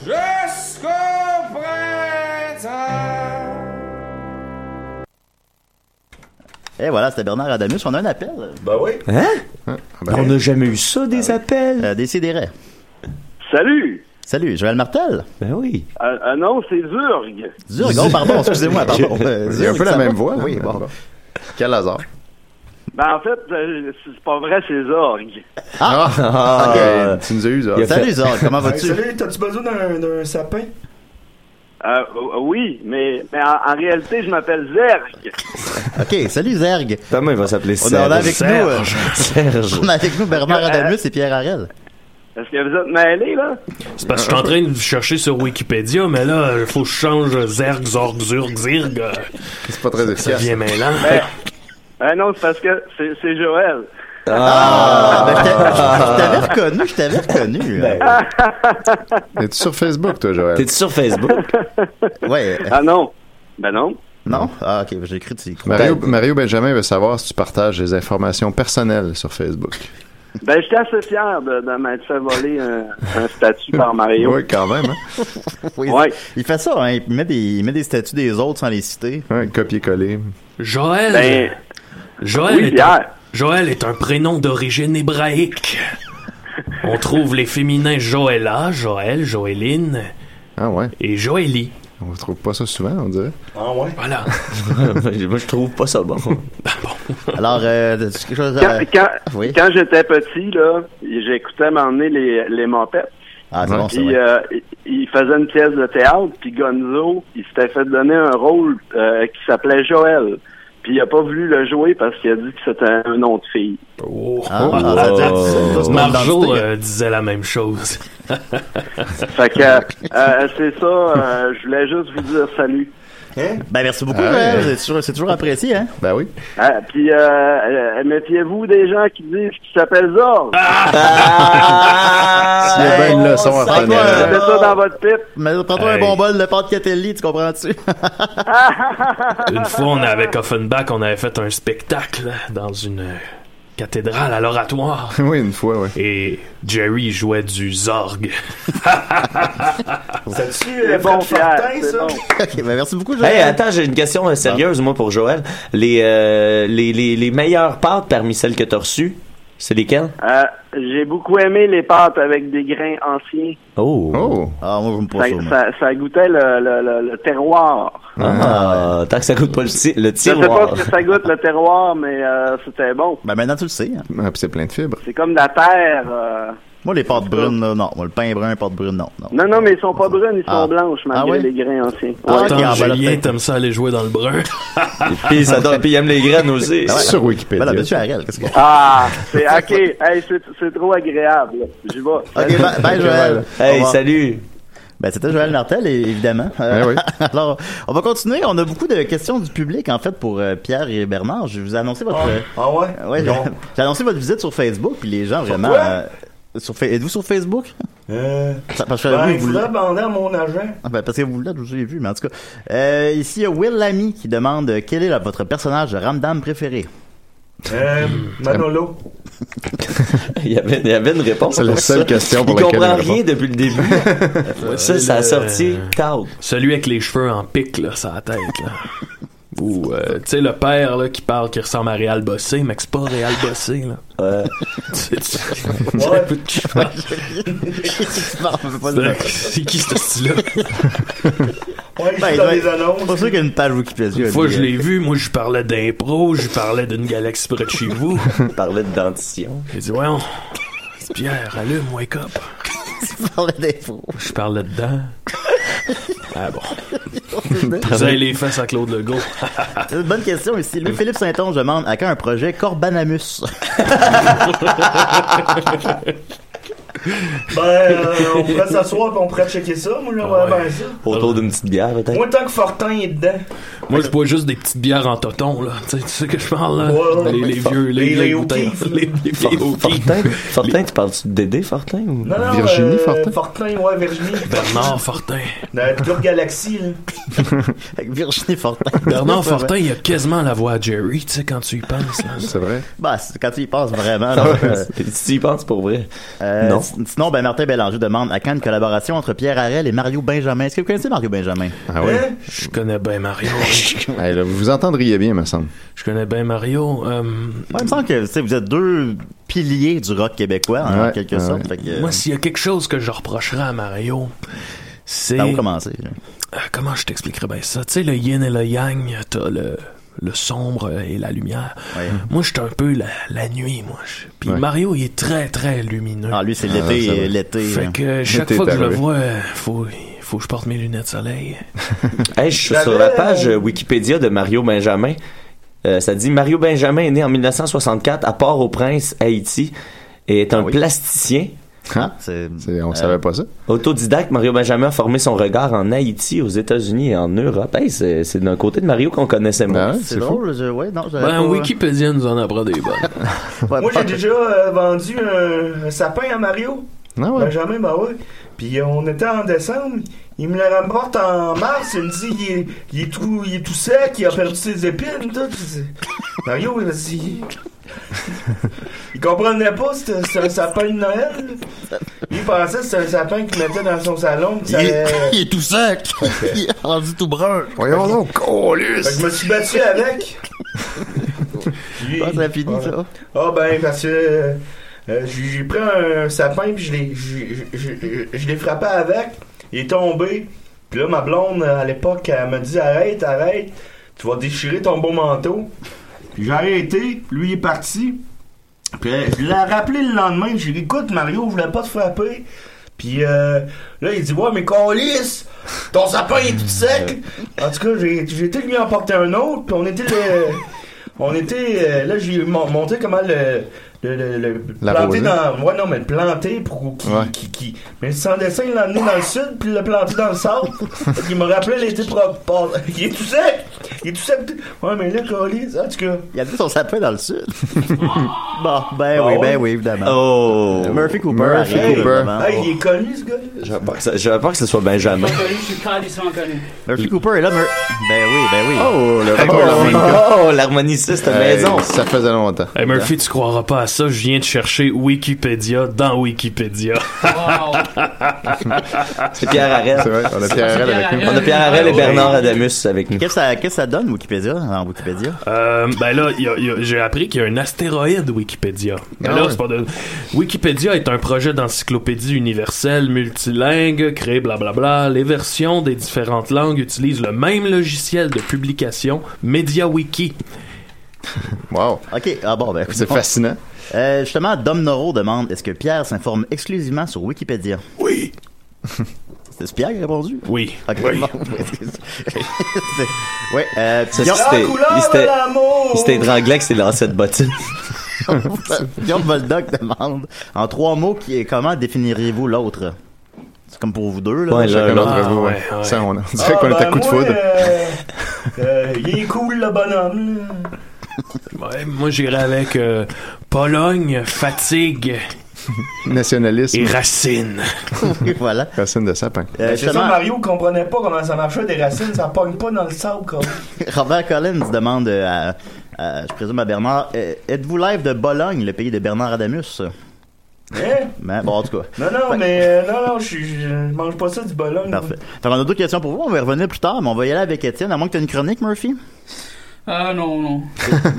tuer jusqu'au printemps.
Et voilà, c'était Bernard Adamus. On a un appel.
Ben oui.
Hein?
Ah,
ben
on
oui.
n'a jamais eu ça, des appels.
Euh, Décidérez.
Salut!
Salut, Joël Martel.
Ben oui.
Ah, ah non, c'est Zurg.
Zurg, oh, pardon, excusez-moi, pardon. Euh,
Il y a un
Zurg,
peu la
ça va?
même voix. hein.
Oui, bon.
Quel hasard.
Ben en fait, euh, c'est pas vrai, c'est Zorg.
Ah!
Ah,
Ah.
ok, tu nous as eu, Zor.
Hey, salut, t'as-tu besoin d'un d'un sapin?
Euh, euh, oui, mais, mais en, en réalité, je m'appelle Zerg.
OK, salut Zerg.
Thomas, il va s'appeler
On a, on a avec nous, euh,
Serge.
on a avec nous Bernard Adamus et Pierre Harel.
Est-ce que vous êtes mêlés, là?
C'est parce que je suis en train de chercher sur Wikipédia, mais là, il faut que je change Zerg, Zorg, Zurg, Zirg.
C'est pas très
Ça devient mêlant.
Ben, ben non, c'est parce que c'est c'est Joël.
Ah! ben, je t'a- je t'avais reconnu, je t'avais reconnu. euh.
Es-tu sur Facebook, toi, Joël?
T'es-tu
sur Facebook?
ben, ouais.
Ah non. Ben non.
Non? Ah, OK, j'ai cru que tu y croyais.
Mario, Mario Benjamin veut savoir si tu partages des informations personnelles sur Facebook.
Ben j'étais assez fier de, de m'être fait voler un, un statut par Mario.
Oui, quand même. Hein?
Oui, Il fait ça, hein, il met des, il met des statuts des autres sans les citer.
Ouais, copier-coller.
Joël.
Ben,
Joël,
oui,
est un, Joël est un prénom d'origine hébraïque. On trouve les féminins Joëlla, Joël, Joéline.
Ah ouais.
Et Joélie.
On trouve pas ça souvent, on dirait.
Ah ouais?
Voilà.
Moi, je trouve pas ça bon.
Alors, euh, tu quelque chose
Quand,
à... Ah,
quand,
Oui.
quand j'étais petit, là, j'écoutais m'emmener les, les mopettes.
Ah, c'est bon, ça,
Puis,
ouais.
euh, il- il faisait une pièce de théâtre, puis Gonzo, il s'était fait donner un rôle euh, qui s'appelait Joël. Puis il a pas voulu le jouer parce qu'il a dit que c'était un nom de fille.
Oh,
Ah,
Oh,
ah, ça, ça, ça, c'est ton
Marjo
identité.
euh, disait la même chose.
Fait que, euh, euh, c'est ça, euh, je voulais juste vous dire salut.
Ben, merci beaucoup,
Ah,
Joël.
ouais.
C'est toujours, c'est toujours apprécié, hein?
Ben oui.
Ah, puis, euh, euh, méfiez-vous des gens qui disent qu'ils s'appellent Zorg.
Ah,
Tu es bien bonne leçon à
Prends-toi un-
retenir.
Mais prends-toi un
Hey.
bon bol de pâte Catelli, tu comprends-tu?
Une fois, on, avec Offenbach, on avait fait un spectacle dans une euh, cathédrale à l'oratoire.
Oui, une fois, oui.
Et Jerry jouait du zorgue.
C'est-tu euh, Fred Fortin, ça?
ben, merci beaucoup,
Hey, attends, j'ai une question euh, sérieuse, moi, pour Joël. Les, euh, les, les, les meilleures pâtes parmi celles que t'as reçues, c'est lesquelles?
Euh, J'ai beaucoup aimé les pâtes avec des grains anciens.
Oh!
Ah, moi, je me
Ça, Ben, ça, ça goûtait le, le, le, le terroir.
Ah, tant que ça coûte pas le, ti- le
Je sais pas
tiroir.
ce que ça goûte le terroir, mais euh, c'était bon.
Ben maintenant, tu le sais. hein.
Ah,
puis c'est plein de fibres.
C'est comme de la terre. euh.
Moi, les pâtes brunes, là, non. Moi, le pain brun, pâte brune, non. non.
Non, non, mais ils sont pas brunes, ils sont
Ah.
blanches, malgré
Ah ouais?
les grains anciens.
Ah,
Ouais.
ok,
Attends,
ah, ben là,
Julien,
peut-être.
t'aimes ça aller jouer dans le brun.
Puis ça donne, puis il aime les graines aussi.
Ah ouais. Sur
Wikipédia.
Ben là, ben, tu arrêtes, qu'est-ce que-
Ah, c'est ok. Hey, c'est- c'est trop agréable. J'y vais.
Ok, bye, bye, Joël.
Hey,
salut. Ben, c'était Joël Martel, é- évidemment. Euh, Alors, on va continuer. On a beaucoup de questions du public, en fait, pour euh, Pierre et Bernard. Je vous ai annoncé votre. euh,
Ah, ah ouais?
Ouais, j'ai-
Non.
j'ai annoncé votre visite sur Facebook, puis les gens vraiment.
quoi?
euh, sur Fa- Êtes-vous sur Facebook?
Euh,
Ça- parce que
ben,
oui,
il
vous
faudrait
l'êtes.
demander à mon agent.
Ah, ben, parce que vous l'êtes, je l'ai vu, mais en tout cas. Euh, ici, il y a Will Lamy qui demande euh, quel est la- votre personnage de Ramdam préféré.
Euh,
Mm.
Manolo.
il, y avait, il y avait une réponse.
C'est la
pour
seule
ça.
question pour
Il
laquelle
comprend
il répond.
rien depuis le début. ça, ça a sorti tard.
Euh, Celui avec les cheveux en pique, là, sa tête, là. Ou, euh, tu sais, le père, là, qui parle, qui ressemble à Réal Bossé, mais que c'est pas Réal Bossé, là. C'est- c'est-
Ouais.
un peu de cheveux. C'est qui ce style-là?
Ben,
Ouais, il joue dans les annonces.
Pas sûr qu'il y a une page Wikipédia.
Une fois,
lui,
je
euh.
l'ai vu, moi, je parlais d'impro, je parlais d'une galaxie près de chez vous.
Je parlais de dentition.
J'ai dit, voyons, Pierre, allume, wake up.
tu parlais d'impro.
Je parlais dedans. Ah bon. Vous
Pardon.
avez les fesses à Claude Legault.
C'est une bonne question ici. Louis-Philippe Saint-Onge demande à quand un projet Corbanamus
Ben, euh, on pourrait s'asseoir et on pourrait checker ça. Moi, j'aimerais bien ça.
Autour d'une petite bière,
Hein?
peut-être.
Moi, tant que Fortin est dedans.
Moi, je bois juste des petites bières en toton, là. Tu sais, tu sais que je parle, là.
Ouais, ouais.
les, les vieux, les,
Les-
vieilles
les
bouteilles.
O'Keeffe,
Les, les vieilles O'Keeffe.
Fortin, Fortin, tu parles-tu de Dédé Fortin
Non,
ou
non, euh, Fortin, ouais, Virginie.
Bernard Fortin.
Dans le Club Galaxy, là.
avec Virginie Fortin.
Bernard Fortin, il a quasiment la voix à Jerry, tu sais, quand tu y penses. là.
C'est vrai.
Bah, c'est- quand tu y penses vraiment.
Ah ouais, si tu y penses pour vrai. Non.
Sinon, ben, Martin Bélanger demande à quand une collaboration entre Pierre Harel et Mario Benjamin. Est-ce que vous connaissez Mario Benjamin?
Ah ouais. Hein?
Eh? Je connais bien Mario.
Hey, là, vous vous entendriez bien, me semble.
Je connais bien Mario. euh,
Ouais, il me semble que tu sais, vous êtes deux piliers du rock québécois, en
Ouais,
quelque
ouais.
sorte. Fait que, euh,
Moi, s'il y a quelque chose que je reprocherais à Mario, c'est.
Par où commencer? là?
Euh, comment je t'expliquerais bien ça? Tu sais, le yin et le yang, t'as le, le sombre et la lumière. Moi, j'étais un peu la, la nuit, moi. Je- Puis
Ouais.
Mario, il est très, très lumineux.
Ah, lui, c'est
Ah,
l'été,
ça va.
euh, l'été.
Fait
hein.
que chaque
L'été
fois
est
que je le
arrivé.
vois, euh, faut, faut que je porte mes lunettes soleil.
Hey, je suis sur la page euh, Wikipédia de Mario Benjamin. Euh, ça dit Mario Benjamin est né en 1964 à Port-au-Prince, Haïti, et est un plasticien.
Hein? C'est-
on savait pas ça.
Autodidacte, Mario Benjamin a formé son regard en Haïti, aux États-Unis et en Europe. Hey, c'est c'est d'un côté de Mario qu'on connaissait moins.
c'est drôle, je- Euh, ouais, non, j'avais pas-
Ben, Wikipédia nous en apprend des bonnes.
Ouais,
Moi, j'ai
pas-
déjà euh, vendu un, un sapin à Mario.
Ah ouais.
Benjamin, ben ouais. Puis euh, on était en décembre. Il me le remporte en mars. Il me dit il est, il est tout, il est tout sec, il a perdu ses épines. Tout. Puis c'est- Mario, il a dit. Il comprenait pas, c'était c'était un sapin de Noël. Il pensait que c'était un sapin qu'il mettait dans son salon. puis
Il
ça
Euh,
est,
allait-
il est tout sec! il est rendu tout brun! Voyons donc,
Fait que je me suis battu avec. Puis-
ça finit, ça.
Ah ben parce que euh, euh, j'ai pris un sapin puis je l'ai je- je- je- je l'ai frappé avec, il est tombé. Puis là ma blonde à l'époque elle m'a dit arrête, arrête, tu vas déchirer ton beau manteau. Puis j'ai arrêté, lui il est parti. Puis euh, je l'ai rappelé le lendemain, j'ai dit écoute Mario, je voulais pas te frapper. Puis euh, là il dit ouais mais câlisse, ton sapin il est tout sec. En tout cas, j'ai j'ai été lui emporter un autre, puis on était le on était euh, là j'ai mon- monté comment le le, le, le
La
planter
rosée.
dans ouais non mais le planter pour qui
Ouais.
qui, qui- mais sans dessin il l'a emmené dans le sud puis il l'a planté dans le sud il me rappelait l'été pro- pas- il est tout sec Il est tout seul. Ouais, mais là, Colis, en tout cas.
Il a mis son sapin dans le sud. bon, ben
Ah
oui,
ouais?
ben oui, évidemment.
Oh!
Murphy Cooper.
Murphy
arrive,
Cooper.
évidemment.
Hey, il
Oh.
est connu, ce gars-là.
J'avais peur, que ça- j'avais peur que ce soit Benjamin.
Connu, je suis calissement connu.
Murphy Cooper est là. Mur- ben oui, ben oui.
Oh, le
retour de l'harmonica.
Oh, l'harmoniciste
Hey,
maison.
ça
faisait longtemps.
Hey Murphy, tu croiras pas à ça, je viens de chercher Wikipédia dans Wikipédia.
C'est Pierre Arel.
C'est vrai, on a Pierre Arel avec nous.
On a Pierre Arel et
Ouais.
Bernard Adamus avec nous.
Qu'est-ce que ça- qu'est-ce que ça donne, Wikipédia, en Wikipédia?
Euh, ben là, il y a- il y a- j'ai appris qu'il y a un astéroïde Wikipédia. Mais
Ah
là,
ouais.
c'est pas de- Wikipédia est un projet d'encyclopédie universelle multilingue créé blablabla. Les versions des différentes langues utilisent le même logiciel de publication, MediaWiki.
wow.
OK, ah bon, ben.
C'est
bon.
fascinant.
Euh, justement, Dom Noro demande est-ce que Pierre s'informe exclusivement sur Wikipédia
Oui.
C'est Pierre qui a répondu
Oui.
OK,
Oui.
bon. ouais, euh,
Ça,
Guillaume-
c'était- il s'était- Il s'était étranglé avec ses lancers de bottine.
Guillaume Voldoc demande en trois mots qui, comment définiriez-vous l'autre C'est comme pour vous deux là.
Ouais, Chacun là, d'entre là. vous, ouais. Ah, ouais, Ça, on- on ouais. dirait qu'on est à coup de
ben moi,
foudre.
euh, euh, il est cool, le bonhomme. là.
Euh,
Ouais, moi, j'irai avec euh, Pologne, fatigue
Nationalisme.
et racine.
voilà.
Racine de sapin.
Ben, c'est ça, Mario comprenait pas comment ça marchait des racines, ça pogne pas dans le sable, quoi.
Robert Collins demande euh, à, à- je présume à Bernard euh, êtes-vous live de Bologne, le pays de Bernard Adamus
Hein?
Ben, bon, en tout cas.
Non, non, mais euh, non, non, je, suis- je mange pas ça du bologne.
Parfait. Fait qu'on a d'autres questions pour vous, on va y revenir plus tard, mais on va y aller avec Étienne, à moins que tu aies une chronique, Murphy.
Ah non, non.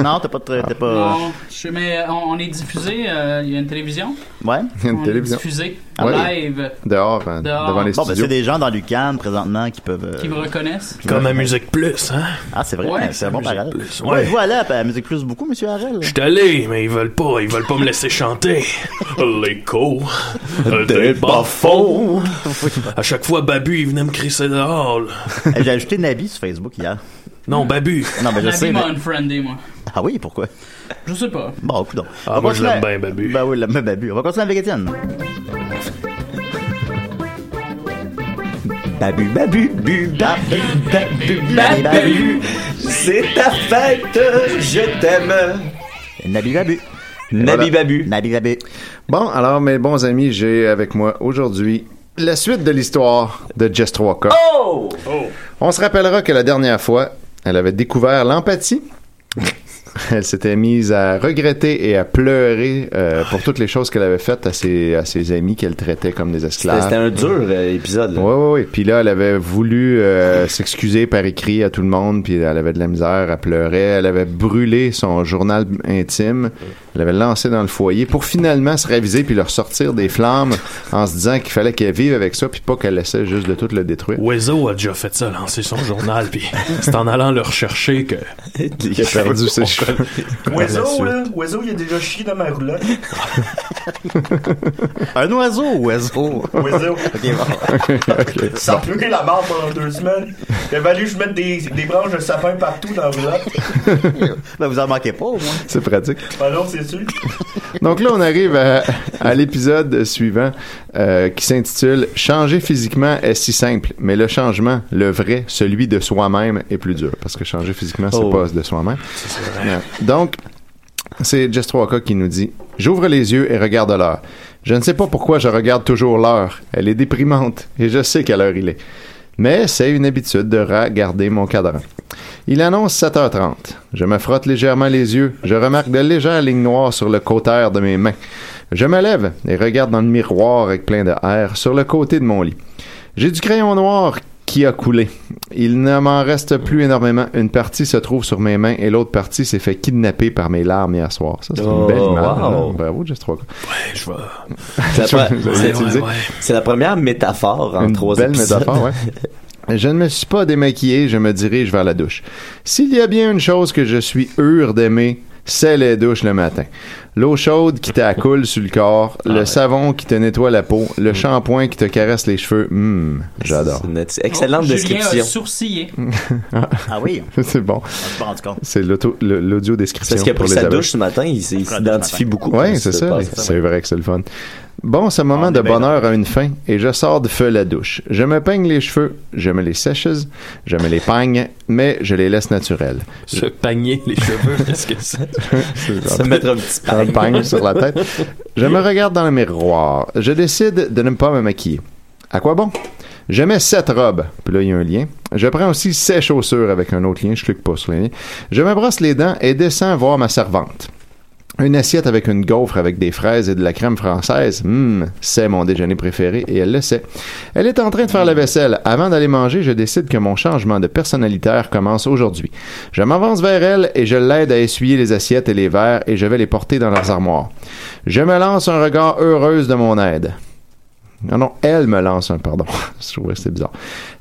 non, t'as pas de. t'as pas...
Non, je sais, mais on, on est diffusé, euh, il y a une télévision.
euh, Ouais.
Il y a une
On est
télévision.
diffusé
Ah oui.
live
Dehors, hein,
Dehors.
devant les
Bon, ben,
studios.
c'est des gens dans l'UCAM présentement qui peuvent. euh,
qui me reconnaissent.
Comme à Musique Plus, hein?
Ah, c'est vrai,
Ouais,
c'est un bon
Musique
parallèle.
Plus,
Ouais.
ouais.
Vous allez à la Musique Plus beaucoup, monsieur Harel.
J'étais allé, mais ils veulent pas, ils veulent pas me laisser chanter. Les cons, des bas-fonds. À chaque fois, Babu, il venait me crisser dehors. là.
Euh, J'ai ajouté Nabi sur Facebook hier.
Non, Babu.
Non, mais je
Nabi
sais. mais-
m'a unfriendé, moi.
Ah oui, pourquoi?
Je sais pas.
Bon, coudonc.
Ah,
On
moi,
va
je l'aime
continuer-
bien, Babu.
Ben oui, je l'aime bien, Babu. On va continuer avec Étienne.
Babu, babu, bu, babu, babu, babu, babu. C'est ta fête, je t'aime.
Nabi Babu.
Nabi Babu.
Nabi Babu.
Bon, alors, mes bons amis, j'ai avec moi aujourd'hui la suite de l'histoire de Jess 3K.
Oh!
On se rappellera que la dernière fois, elle avait découvert l'empathie. Elle s'était mise à regretter et à pleurer euh, pour toutes les choses qu'elle avait faites à ses, à ses amis qu'elle traitait comme des esclaves.
C'était un dur euh, épisode. là.
Oui, oui, oui. Puis là, elle avait voulu euh, s'excuser par écrit à tout le monde, puis elle avait de la misère, elle pleurait, elle avait brûlé son journal intime, elle l'avait lancé dans le foyer pour finalement se raviser puis leur sortir des flammes en se disant qu'il fallait qu'elle vive avec ça, puis pas qu'elle laissait juste de tout le détruire.
Wezo a déjà fait ça, lancer son journal, puis c'est en allant le rechercher que.
Il
a perdu ses cheveux.
Oiseau, là, oiseau, il a déjà chié dans ma roulotte.
Un oiseau ou oiseau?
Oiseau.
ok, bon.
Ok,
Ça a pué la barbe pendant deux semaines. Il a fallu que je mette des, des branches de sapin partout dans la roulotte.
Ben, vous en manquez pas, au moins.
C'est pratique.
Ah non, c'est sûr.
Donc là, on arrive à, à l'épisode suivant euh, qui s'intitule Changer physiquement est si simple, mais le changement, le vrai, celui de soi-même, est plus dur. Parce que changer physiquement, c'est
Oh.
pas de soi-même. Euh, Donc, c'est Jess 3K qui nous dit J'ouvre les yeux et regarde l'heure. Je ne sais pas pourquoi je regarde toujours l'heure. Elle est déprimante et je sais quelle heure il est. Mais c'est une habitude de regarder mon cadran. Il annonce 7h30. Je me frotte légèrement les yeux. Je remarque de légères lignes noires sur le côté de mes mains. Je me lève et regarde dans le miroir avec plein de air sur le côté de mon lit. J'ai du crayon noir qui a coulé. Il ne m'en reste plus énormément. Une partie se trouve sur mes mains et l'autre partie s'est fait kidnapper par mes larmes hier soir. Ça, c'est une
Oh,
belle image.
wow.
hein. Bravo, Just 3
Je vais.
C'est la, pre-
Je vais
c'est-
l'utiliser.
c'est la première métaphore en
Une
trois
belle
épisodes.
métaphore, ouais. Je ne me suis pas démaquillé, je me dirige vers la douche. S'il y a bien une chose que je suis heur d'aimer, c'est les douches le matin. L'eau chaude qui t'accoule sur le corps,
Ah
le savon qui te nettoie la peau, le shampoing qui te caresse les cheveux. Hum, j'adore.
Mm. C'est une excellente
Oh, Julien a
description.
sourcillé.
Ah oui,
c'est bon.
je me suis pas rendu compte.
C'est l'auto- le- l'audio description.
Parce qu'il a
pour
pris
les
sa
aveugles.
douche ce matin, il s'est- il
Prend la douche ce
s'identifie
matin.
beaucoup.
Ouais,
à
c'est
ce
ça.
passage.
C'est vrai que c'est le fun. Bon, ce moment de bonheur a une fin et je sors de feu la douche. Je me peigne les cheveux, je me les sèche, je me les peigne, mais je les laisse naturels.
Se pagner les cheveux, qu'est-ce que c'est? Se mettre un petit
Un
pagne.
pagne sur la tête. Je me regarde dans le miroir. Je décide de ne pas me maquiller. À quoi bon? Je mets sept robes. Puis là, il y a un lien. Je prends aussi sept chaussures avec un autre lien. Je clique pas sur le lien. Je me brosse les dents et descends voir ma servante. Une assiette avec une gaufre avec des fraises et de la crème française. Hum, c'est mon déjeuner préféré et elle le sait. Elle est en train de faire la vaisselle. Avant d'aller manger, je décide que mon changement de personnalitaire commence aujourd'hui. Je m'avance vers elle et je l'aide à essuyer les assiettes et les verres et je vais les porter dans leurs armoires. Je me lance un regard heureuse de mon aide. Non, non, elle me lance un, pardon. je trouvais que c'était bizarre.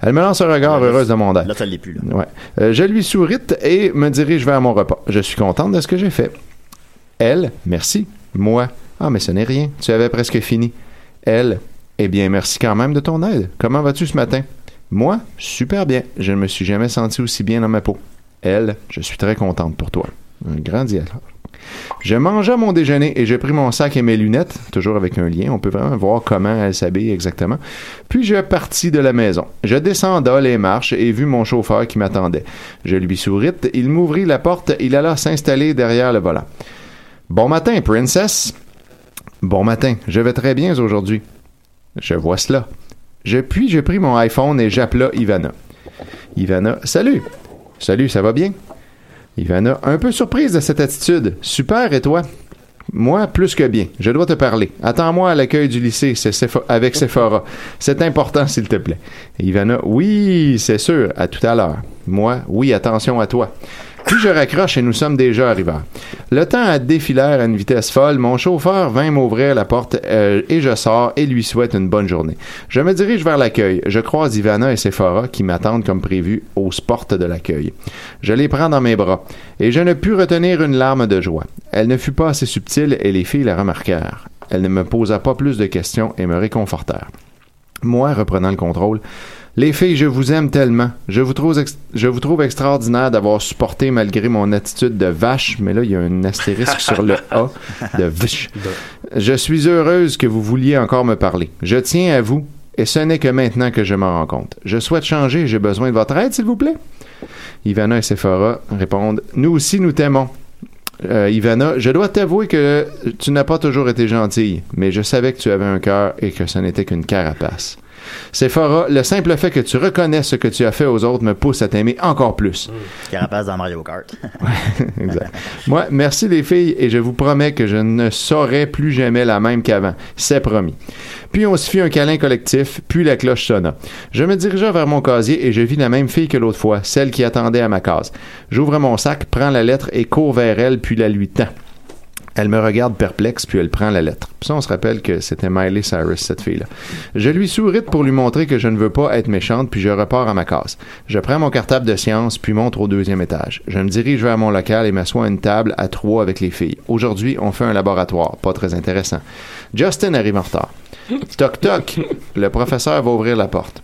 Elle me lance un regard heureuse de mon aide. Là, ça l'est plus, Ouais. Euh, je lui sourite et me dirige vers mon repas. Je suis contente de ce que j'ai fait. Elle, merci. Moi, ah, mais ce n'est rien. Tu avais presque fini. Elle, eh bien, merci quand même de ton aide. Comment vas-tu ce matin? Moi, super bien. Je ne me suis jamais senti aussi bien dans ma peau. Elle, je suis très contente pour toi. Un grand dialogue. Je mangea mon déjeuner et j'ai pris mon sac et mes lunettes, toujours avec un lien, on peut vraiment voir comment elle s'habille exactement. Puis je partis de la maison. Je descendais les marches et vus mon chauffeur qui m'attendait. Je lui sourit, il m'ouvrit la porte, il alla s'installer derrière le volant. Bon matin, princess. Bon matin, je vais très bien aujourd'hui. Je vois cela. Je puis j'ai pris mon iPhone et j'appela Ivana. Ivana, salut. Salut, ça va bien? Ivana, un peu surprise de cette attitude. Super, et toi? Moi, plus que bien. Je dois te parler. Attends-moi à l'accueil du lycée c'est Sepho- avec Sephora. C'est important, s'il te plaît. Ivana, oui, c'est sûr. À tout à l'heure. Moi, oui, attention à toi. Puis je raccroche et nous sommes déjà arrivés. Le temps a défilé à une vitesse folle. Mon chauffeur vint m'ouvrir la porte euh, et je sors et lui souhaite une bonne journée. Je me dirige vers l'accueil. Je croise Ivana et Sephora qui m'attendent comme prévu aux portes de l'accueil. Je les prends dans mes bras et je ne pus retenir une larme de joie. Elle ne fut pas assez subtile et les filles la remarquèrent. Elle ne me posa pas plus de questions et me réconfortèrent. Moi, reprenant le contrôle, les filles, je vous aime tellement. Je vous trouve, ex- je vous trouve extraordinaire d'avoir supporté malgré mon attitude de vache, mais là, il y a un astérisque sur le A de vache. Je suis heureuse que vous vouliez encore me parler. Je tiens à vous, et ce n'est que maintenant que je m'en rends compte. Je souhaite changer, j'ai besoin de votre aide, s'il vous plaît. Ivana et Sephora répondent Nous aussi, nous t'aimons. Euh, Ivana, je dois t'avouer que tu n'as pas toujours été gentille, mais je savais que tu avais un cœur et que ce n'était qu'une carapace. Sephora, le simple fait que tu reconnaisses ce que tu as fait aux autres me pousse à t'aimer encore plus.
Carapace dans Mario Kart.
Exact. Moi, merci les filles et je vous promets que je ne saurai plus jamais la même qu'avant. C'est promis. Puis on se fit un câlin collectif, puis la cloche sonna. Je me dirigea vers mon casier et je vis la même fille que l'autre fois, celle qui attendait à ma case. J'ouvre mon sac, prends la lettre et cours vers elle, puis la lui tends. Elle me regarde perplexe, puis elle prend la lettre. Puis ça, on se rappelle que c'était Miley Cyrus, cette fille-là. Je lui souris pour lui montrer que je ne veux pas être méchante, puis je repars à ma case. Je prends mon cartable de sciences, puis monte au deuxième étage. Je me dirige vers mon local et m'assois à une table à trois avec les filles. Aujourd'hui, on fait un laboratoire. Pas très intéressant. Justin arrive en retard. Toc toc! Le professeur va ouvrir la porte.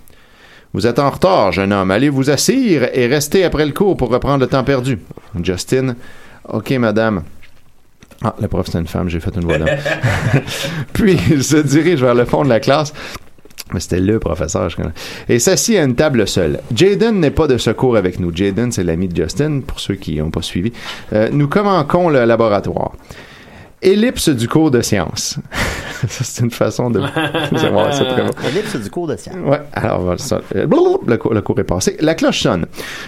Vous êtes en retard, jeune homme. Allez vous assire et restez après le cours pour reprendre le temps perdu. Justin. OK, madame. Ah, la prof, c'est une femme, j'ai fait une voix d'homme. Puis, il se dirige vers le fond de la classe. Mais c'était le professeur, je connais. Et s'assit à une table seule. Jaden n'est pas de secours avec nous. Jaden, c'est l'ami de Justin, pour ceux qui n'ont pas suivi. Euh, nous commençons le laboratoire. Ellipse du cours de sciences. Ça, c'est une façon de... C'est bon, c'est très bon.
Ellipse du cours de science.
Ouais, alors voilà ça. Euh, blablabla, Le, cours, le cours est passé. La cloche sonne.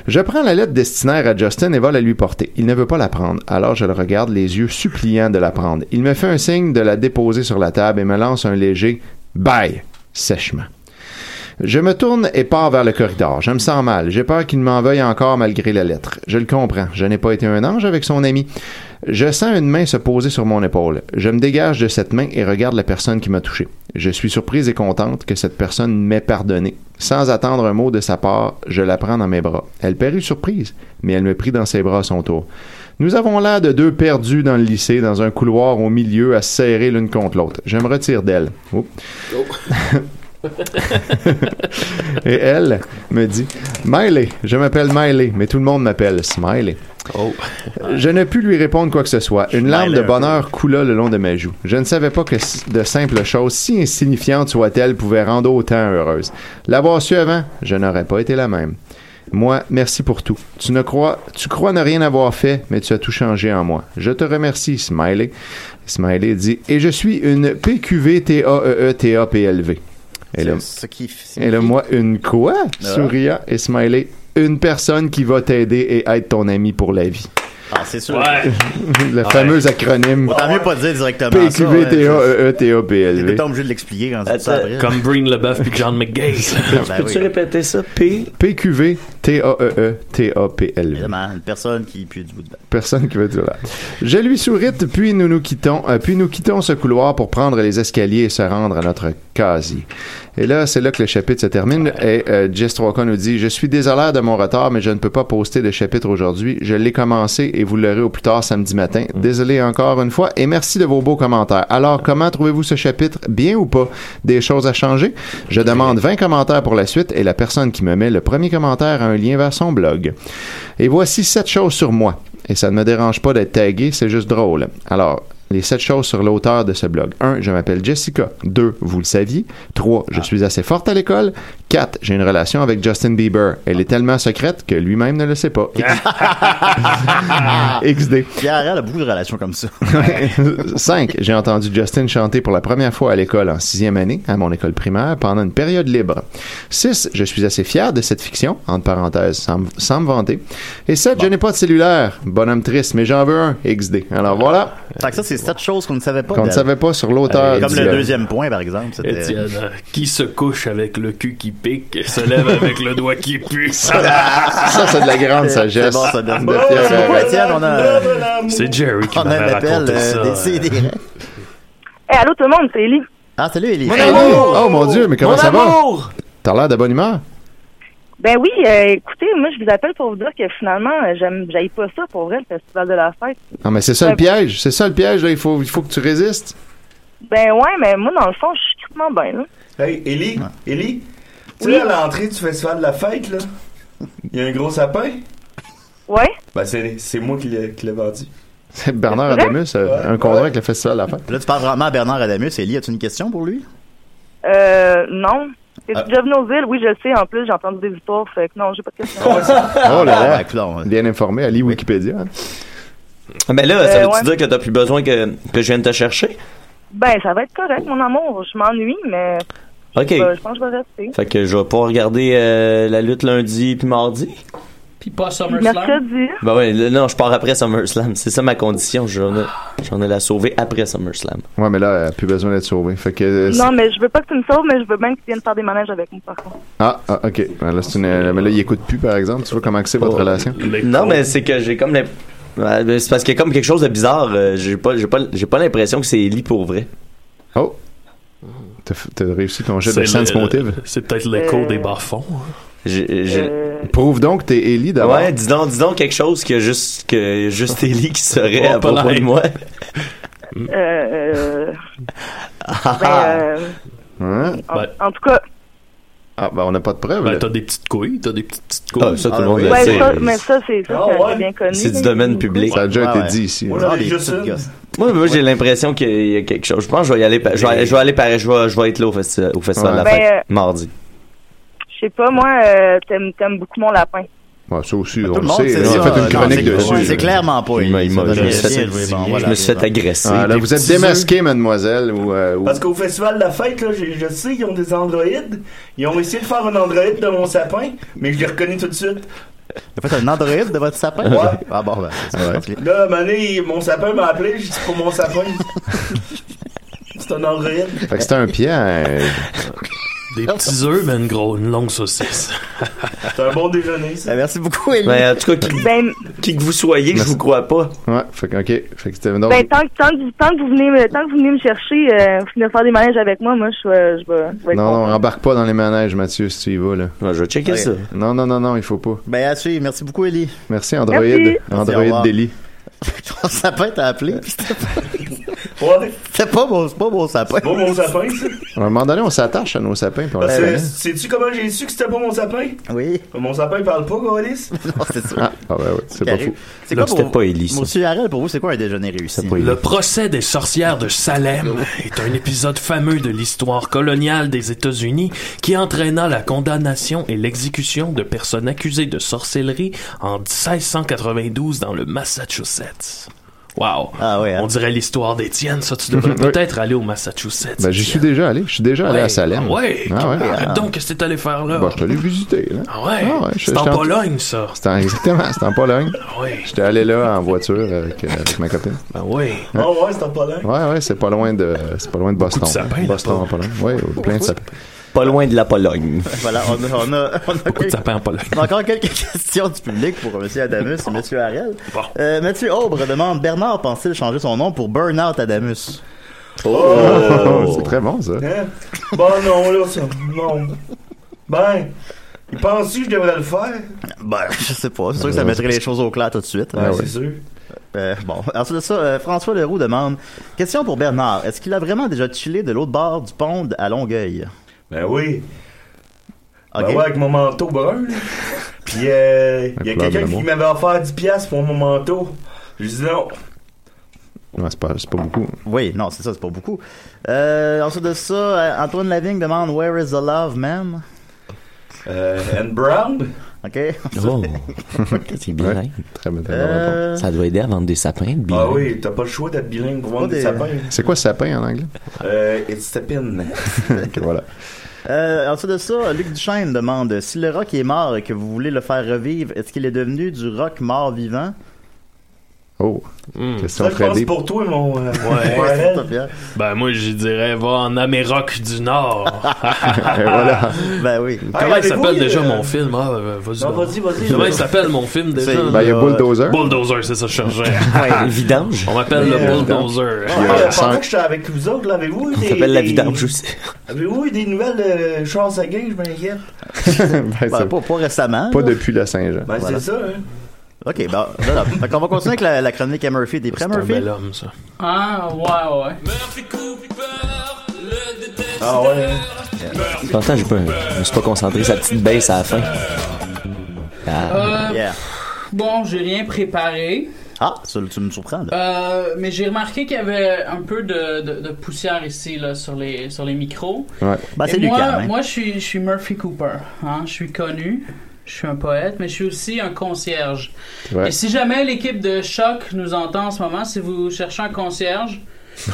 Je prends la lettre destinaire à Justin et va la lui porter. Il ne veut pas la prendre, alors je le regarde, les yeux suppliants de la prendre. Il me fait un signe de la déposer sur la table et me lance un léger bye sèchement. Je me tourne et pars vers le corridor. Je me sens mal. J'ai peur qu'il m'en veuille encore malgré la lettre. Je le comprends. Je n'ai pas été un ange avec son ami. Je sens une main se poser sur mon épaule. Je me dégage de cette main et regarde la personne qui m'a touché. Je suis surprise et contente que cette personne m'ait pardonné. Sans attendre un mot de sa part, je la prends dans mes bras. Elle parut surprise, mais elle me prit dans ses bras à son tour. Nous avons l'air de deux perdus dans le lycée, dans un couloir au milieu, à se serrer l'une contre l'autre. Je me retire d'elle. Oups. Et elle me dit Miley, je m'appelle Miley, mais tout le monde m'appelle Smiley. Je ne pus lui répondre quoi que ce soit. Une larme de bonheur coula le long de mes joues. Je ne savais pas que s- de simples choses, si insignifiantes soient-elles, pouvaient rendre autant heureuse. L'avoir su avant, je n'aurais pas été la même. Moi, merci pour tout. Tu ne crois, tu crois ne rien avoir fait, mais tu as tout changé en moi. Je te remercie, Smiley. Smiley dit, et je suis une E PQVTAEETAPLV. Et là,
Ce qui
et là, moi, une quoi?
Ah.
Souriant et smiley. Une personne qui va t'aider et être ton ami pour la vie.
Ah, c'est sûr.
Le fameux acronyme.
Ah, Autant mieux pas dire
E
directement ça.
PQV,
hein.
TA,
T'es pas obligé de l'expliquer quand tu dis ça après.
Comme Breen LeBeuf puis John McGay.
Peux-tu
répéter ça? P.
PQV, TAEE, TAPLV.
Évidemment, une personne qui pue du bout de bain.
Personne qui veut dire là. Je lui souris, puis nous nous quittons, euh, puis nous quittons ce couloir pour prendre les escaliers et se rendre à notre casier. Et là, c'est là que le chapitre se termine. Et euh, Jess Troika nous dit Je suis désolé de mon retard, mais je ne peux pas poster de chapitre aujourd'hui. Je l'ai commencé et vous l'aurez au plus tard samedi matin. Désolé encore une fois et merci de vos beaux commentaires. Alors, comment trouvez-vous ce chapitre Bien ou pas Des choses à changer Je demande 20 commentaires pour la suite et la personne qui me met le premier commentaire a un lien vers son blog. Et voici 7 choses sur moi. Et ça ne me dérange pas d'être tagué, c'est juste drôle. Alors, les 7 choses sur l'auteur de ce blog. 1. Je m'appelle Jessica. 2. Vous le saviez. 3. Je suis assez forte à l'école. 4. J'ai une relation avec Justin Bieber. Elle est tellement secrète que lui-même ne le sait pas.
Ah.
XD.
Pierre, elle a beaucoup de relations comme ça.
5. J'ai entendu Justin chanter pour la première fois à l'école en sixième année, à mon école primaire, pendant une période libre. 6. Je suis assez fier de cette fiction, entre parenthèses, sans, me- sans me vanter. Et 7. Je n'ai pas de cellulaire. Bonhomme triste, mais j'en veux un. XD. Alors voilà.
Fait que ça, c'est sept choses qu'on ne savait pas.
Qu'on ne
d'elle.
savait pas sur l'auteur.
Euh,
Comme
du-
le deuxième point, par exemple. c'était-
Euh, Étienne, euh, qui se couche avec le cul qui pique, se lève avec le doigt qui pue.
Ça, c'est de la grande sagesse. Oh,
C'est bon, ça, de- de-
Bon,
Pierre,
bon,
euh, Étienne, on a-
C'est Jerry qui
On a
m'avait
un appel
raconté ça.
euh, des CD.
Hey, Eh, allô tout le monde, c'est Ellie.
Ah, salut, Élie.
Mon amour! Oh, mon Dieu, mais comment ça va? T'as l'air de bonne humeur?
Ben oui, euh, écoutez, moi je vous appelle pour vous dire que finalement, euh, j'aime, j'aille pas ça pour vrai, le festival de la fête.
Non, mais c'est
Euh,
ça le piège. C'est ça le piège. Là. Il, faut, il faut que tu résistes.
Ben ouais, mais moi dans le fond, je suis complètement bien là.
Hey, Ellie, Ellie, tu sais, à l'entrée du festival de la fête, là, il y a un gros sapin.
Ouais.
Ben, c'est c'est moi qui l'ai qui l'ai vendu.
C'est Bernard Adamus, euh, un contrat avec le Festival de la Fête.
Là, tu parles vraiment à Bernard Adamus. Élie, as-tu une question pour lui?
Euh, non. C'est
Ah.
déjà venu aux îles, oui, je le sais, en plus, j'ai entendu des histoires, fait que non, j'ai pas de questions. Ah, ben,
Oh là là. Bien informé, Ali Wikipédia. hein.
Mais là,
Euh,
ça veut-tu
ouais.
dire que t'as plus besoin que, que je vienne te chercher?
ben, ça va être correct, mon amour, je m'ennuie, mais
Ok.
je, vais- je pense que je vais rester.
Fait que je vais pas regarder euh, la lutte lundi puis mardi?
Puis pas SummerSlam.
Mercredi.
Ben ouais, là, non, je pars après SummerSlam. C'est ça ma condition. J'en ai, j'en ai la sauver après SummerSlam.
Ouais, mais là, euh, plus besoin d'être sauvé. Fait que. euh,
Non, mais je veux pas que tu me sauves, mais je veux bien que tu viennes faire des manèges avec moi, par contre.
Ah, ah, ok. Ben là, c'est une- euh, Mais là, il écoute plus, par exemple. Tu vois comment que c'est
Oh,
votre relation?
Non, mais c'est que j'ai comme l'im- Ouais, ben, C'est parce qu'il y a comme quelque chose de bizarre. Euh, J'ai pas, j'ai pas, j'ai pas l'impression que c'est Ellie pour vrai.
Oh! T'as f- T'as réussi ton jeu de
C'est
sense
le-
motive.
C'est peut-être l'écho
Euh,
des bas-fonds. hein.
Prouve donc que t'es Ellie d'abord.
Ouais, dis donc, dis donc quelque chose que juste, que juste Ellie qui serait à
Oh, pas
propos de
là.
moi.
Euh, euh,
Ah, Ben.
ben, euh,
Hein?
en, en tout cas,
Ah, ben on n'a pas de preuves.
Ben, t'as des petites couilles, t'as des petites, petites couilles.
Ah, ça, tout le monde le
ouais,
sait.
ça, mais ça, c'est ça,
Ah,
c'est-
ouais.
c'est bien connu.
C'est du domaine public.
Ça a déjà
Ouais,
été
ouais.
dit ici.
Moi,
j'en ai juste une.
Moi, moi, j'ai l'impression qu'il y a quelque chose. Je pense que je vais y aller. pa- Je vais, je vais aller par- je vais, je vais être là au, festi- au festival de la
Ouais.
fête
Ben, euh,
mardi.
Je sais pas, moi, euh, t'aimes t'aimes beaucoup mon lapin.
Ouais, ça aussi,
tout
on le
le monde
sait.
sait
là, On
ça,
a fait une
euh,
chronique
non, c'est-
dessus.
ouais, c'est clairement pas
Il m'a- il m'a-
Ça
je me suis
devrait
fait-
être-
je
bon,
me
voilà,
suis fait
c'est-
agresser.
Ah, là,
Des
vous êtes
petits
démasqué, mademoiselle. Ou, euh, ou-
Parce qu'au festival de la fête, là, j'ai- je sais qu'ils ont des androïdes. Ils ont essayé de faire un androïde de mon sapin, mais je l'ai reconnu tout de suite.
T'as fait un androïde de votre sapin?
Ouais.
Ah bon, ben, c'est particulier.
Là, Mané, mon sapin m'a appelé, j'ai dit pour mon sapin. C'est un androïde.
Fait que c'était un piège.
Des petits œufs, mais une, gros, une longue saucisse.
C'est un bon déjeuner, ça.
Merci beaucoup,
Élie.
Ben, en tout cas, qui,
Ben,
qui que vous soyez, je vous crois pas.
Ouais, fait que, ok. Fait que c'était. donc-
ben tant, que- tant, que, vous- tant que vous venez, me- tant que vous venez me chercher, euh, vous venez faire des manèges avec moi, moi, je vais je vais- je vais être
Non,
content.
non, embarque pas dans les manèges, Mathieu, si tu y vas, là.
Ah, je vais checker
Ok. ça.
Non, non, non, non, il faut pas.
Ben, à suivre. Merci beaucoup, Élie.
Merci, Android.
Merci. Merci, au
Android
revoir.
d'Eli.
Ton sapin t'a appelé. puis
Ouais.
C'est pas beau, c'est pas beau sapin.
Pas mon sapin, ça.
À un moment donné, on s'attache à nos sapins. puis on
Ben,
Parce
les
que
connaît.
Sais-tu comment j'ai su que c'était pas mon sapin?
Oui.
Mon sapin, il parle pas, Gaulis.
Non, c'est sûr.
Ah, ah ouais, ouais, c'est pas
Carré.
fou.
C'est quoi pour, Monsieur Harel, pour vous, c'est quoi un déjeuner réussi?
Le procès des sorcières de Salem est un épisode fameux de l'histoire coloniale des États-Unis qui entraîna la condamnation et l'exécution de personnes accusées de sorcellerie en 1692 dans le Massachusetts. Wow. On dirait l'histoire d'Étienne, ça. Tu devrais
Ah hein? Oui.
peut-être aller au Massachusetts.
Ben, j'y suis déjà allé. Je suis déjà allé à Salem.
Ouais.
Ah ouais.
Arrête Donc, qu'est-ce que t'es allé faire là?
Bah, je suis allé visiter. Là.
Ah ouais?
je-
C'est en
j'étais
Pologne, ça. Ah
C'était en- Exactement, c'était en Pologne.
Ouais.
J'étais allé là en voiture avec, euh, avec ma copine.
Ben oui.
Oh, ouais, c'était pas là.
Ouais, ouais, c'est pas loin de, c'est pas loin de Boston.
de sapins,
Boston
là-bas.
en Pologne. Ouais, plein de sapins.
Pas loin de la Pologne.
Voilà, on a, on a, on a quelques-
sapins en Pologne.
on a encore quelques questions du public pour Monsieur Adamus et Monsieur Harel. Euh, Mathieu Aubre demande Bernard pensait changer son nom pour Burnout Adamus.
Oh!
c'est très bon, ça.
Hein? Bon, non, là, ça. Non. Ben, il pense que je devrais le faire?
Ben, je sais pas. C'est sûr que ça mettrait les choses au clair tout de suite.
Ouais, Ben, c'est sûr.
Euh, bon, ensuite de ça, euh, François Leroux demande Question pour Bernard. Est-ce qu'il a vraiment déjà chillé de l'autre bord du pont à Longueuil
Ben oui.
Ok.
Ben ouais, avec mon manteau brun, là. Puis, euh, il y a
Incroyable,
quelqu'un
l'amour.
qui m'avait offert 10$ piastres pour mon manteau. Je lui dis non.
Ouais, c'est pas, c'est pas beaucoup.
Oui, non, c'est ça, c'est pas beaucoup. Euh, ensuite de ça, euh, Antoine Lavigne demande Where is the love, man
Euh, and Brown?
Ok.
Oh. c'est bilingue.
Ouais,
très bien.
Euh,
Ça doit aider à vendre des sapins. le
Ah
bilingue.
oui, t'as pas le choix d'être bilingue pour vendre
Pas
des
des-
sapins.
C'est quoi sapin en anglais?
Euh, it's steppin.
Ok, voilà.
Euh, ensuite de ça, Luc Duchesne demande Si le rock est mort et que vous voulez le faire revivre, est-ce qu'il est devenu du rock mort-vivant
Oh.
Question
Ça, je pense
Freddy.
pour toi, mon. euh,
Hmm. Ouais.
mon Arel.
Ben moi, je dirais va en Amérique du Nord.
voilà.
Ben oui.
Comment
Hey,
il s'appelle
avez-vous,
déjà
euh,
mon film Ah, euh, vas-y.
Non,
donc.
vas-y, vas-y.
Comment il s'appelle mon film déjà
C'est- Ben, il y a
là?
Bulldozer.
Bulldozer, c'est ça, je cherchais.
Euh, Ouais, vidange.
On m'appelle
Ouais,
le
vidange.
Bulldozer.
Ah, je pensais que j'étais avec vous autres, là. Avez-vous eu
Il
des.
euh, s'appelle la
des-
vidange aussi.
Avez-vous eu des nouvelles de Charles Seguin, je m'inquiète?
Ben, c'est-
pas, pas récemment.
pas
là.
depuis la Saint-Jean.
Ben,
Voilà.
c'est ça, hein.
Ok, ben, voilà. Fait qu'on va continuer avec la, la chronique à Murphy. T'es prêt,
C'est un
Murphy
bel homme, ça.
Ah, ouais, ouais.
Ah ouais.
Pourtant, j'ai pas- je me suis pas concentré sa petite baisse à la fin. Ah.
Euh, Bon, j'ai rien préparé.
Ah, ça, tu me surprends, là.
Euh, mais j'ai remarqué qu'il y avait un peu de, de- de poussière ici là, sur, les, sur les micros.
Ouais.
Ben,
Et
c'est
moi,
Lucas, hein.
moi je, suis, je suis Murphy Cooper. hein. Je suis connu, je suis un poète, mais je suis aussi un concierge.
Ouais.
Et si jamais l'équipe de Choc nous entend en ce moment, si vous cherchez un concierge,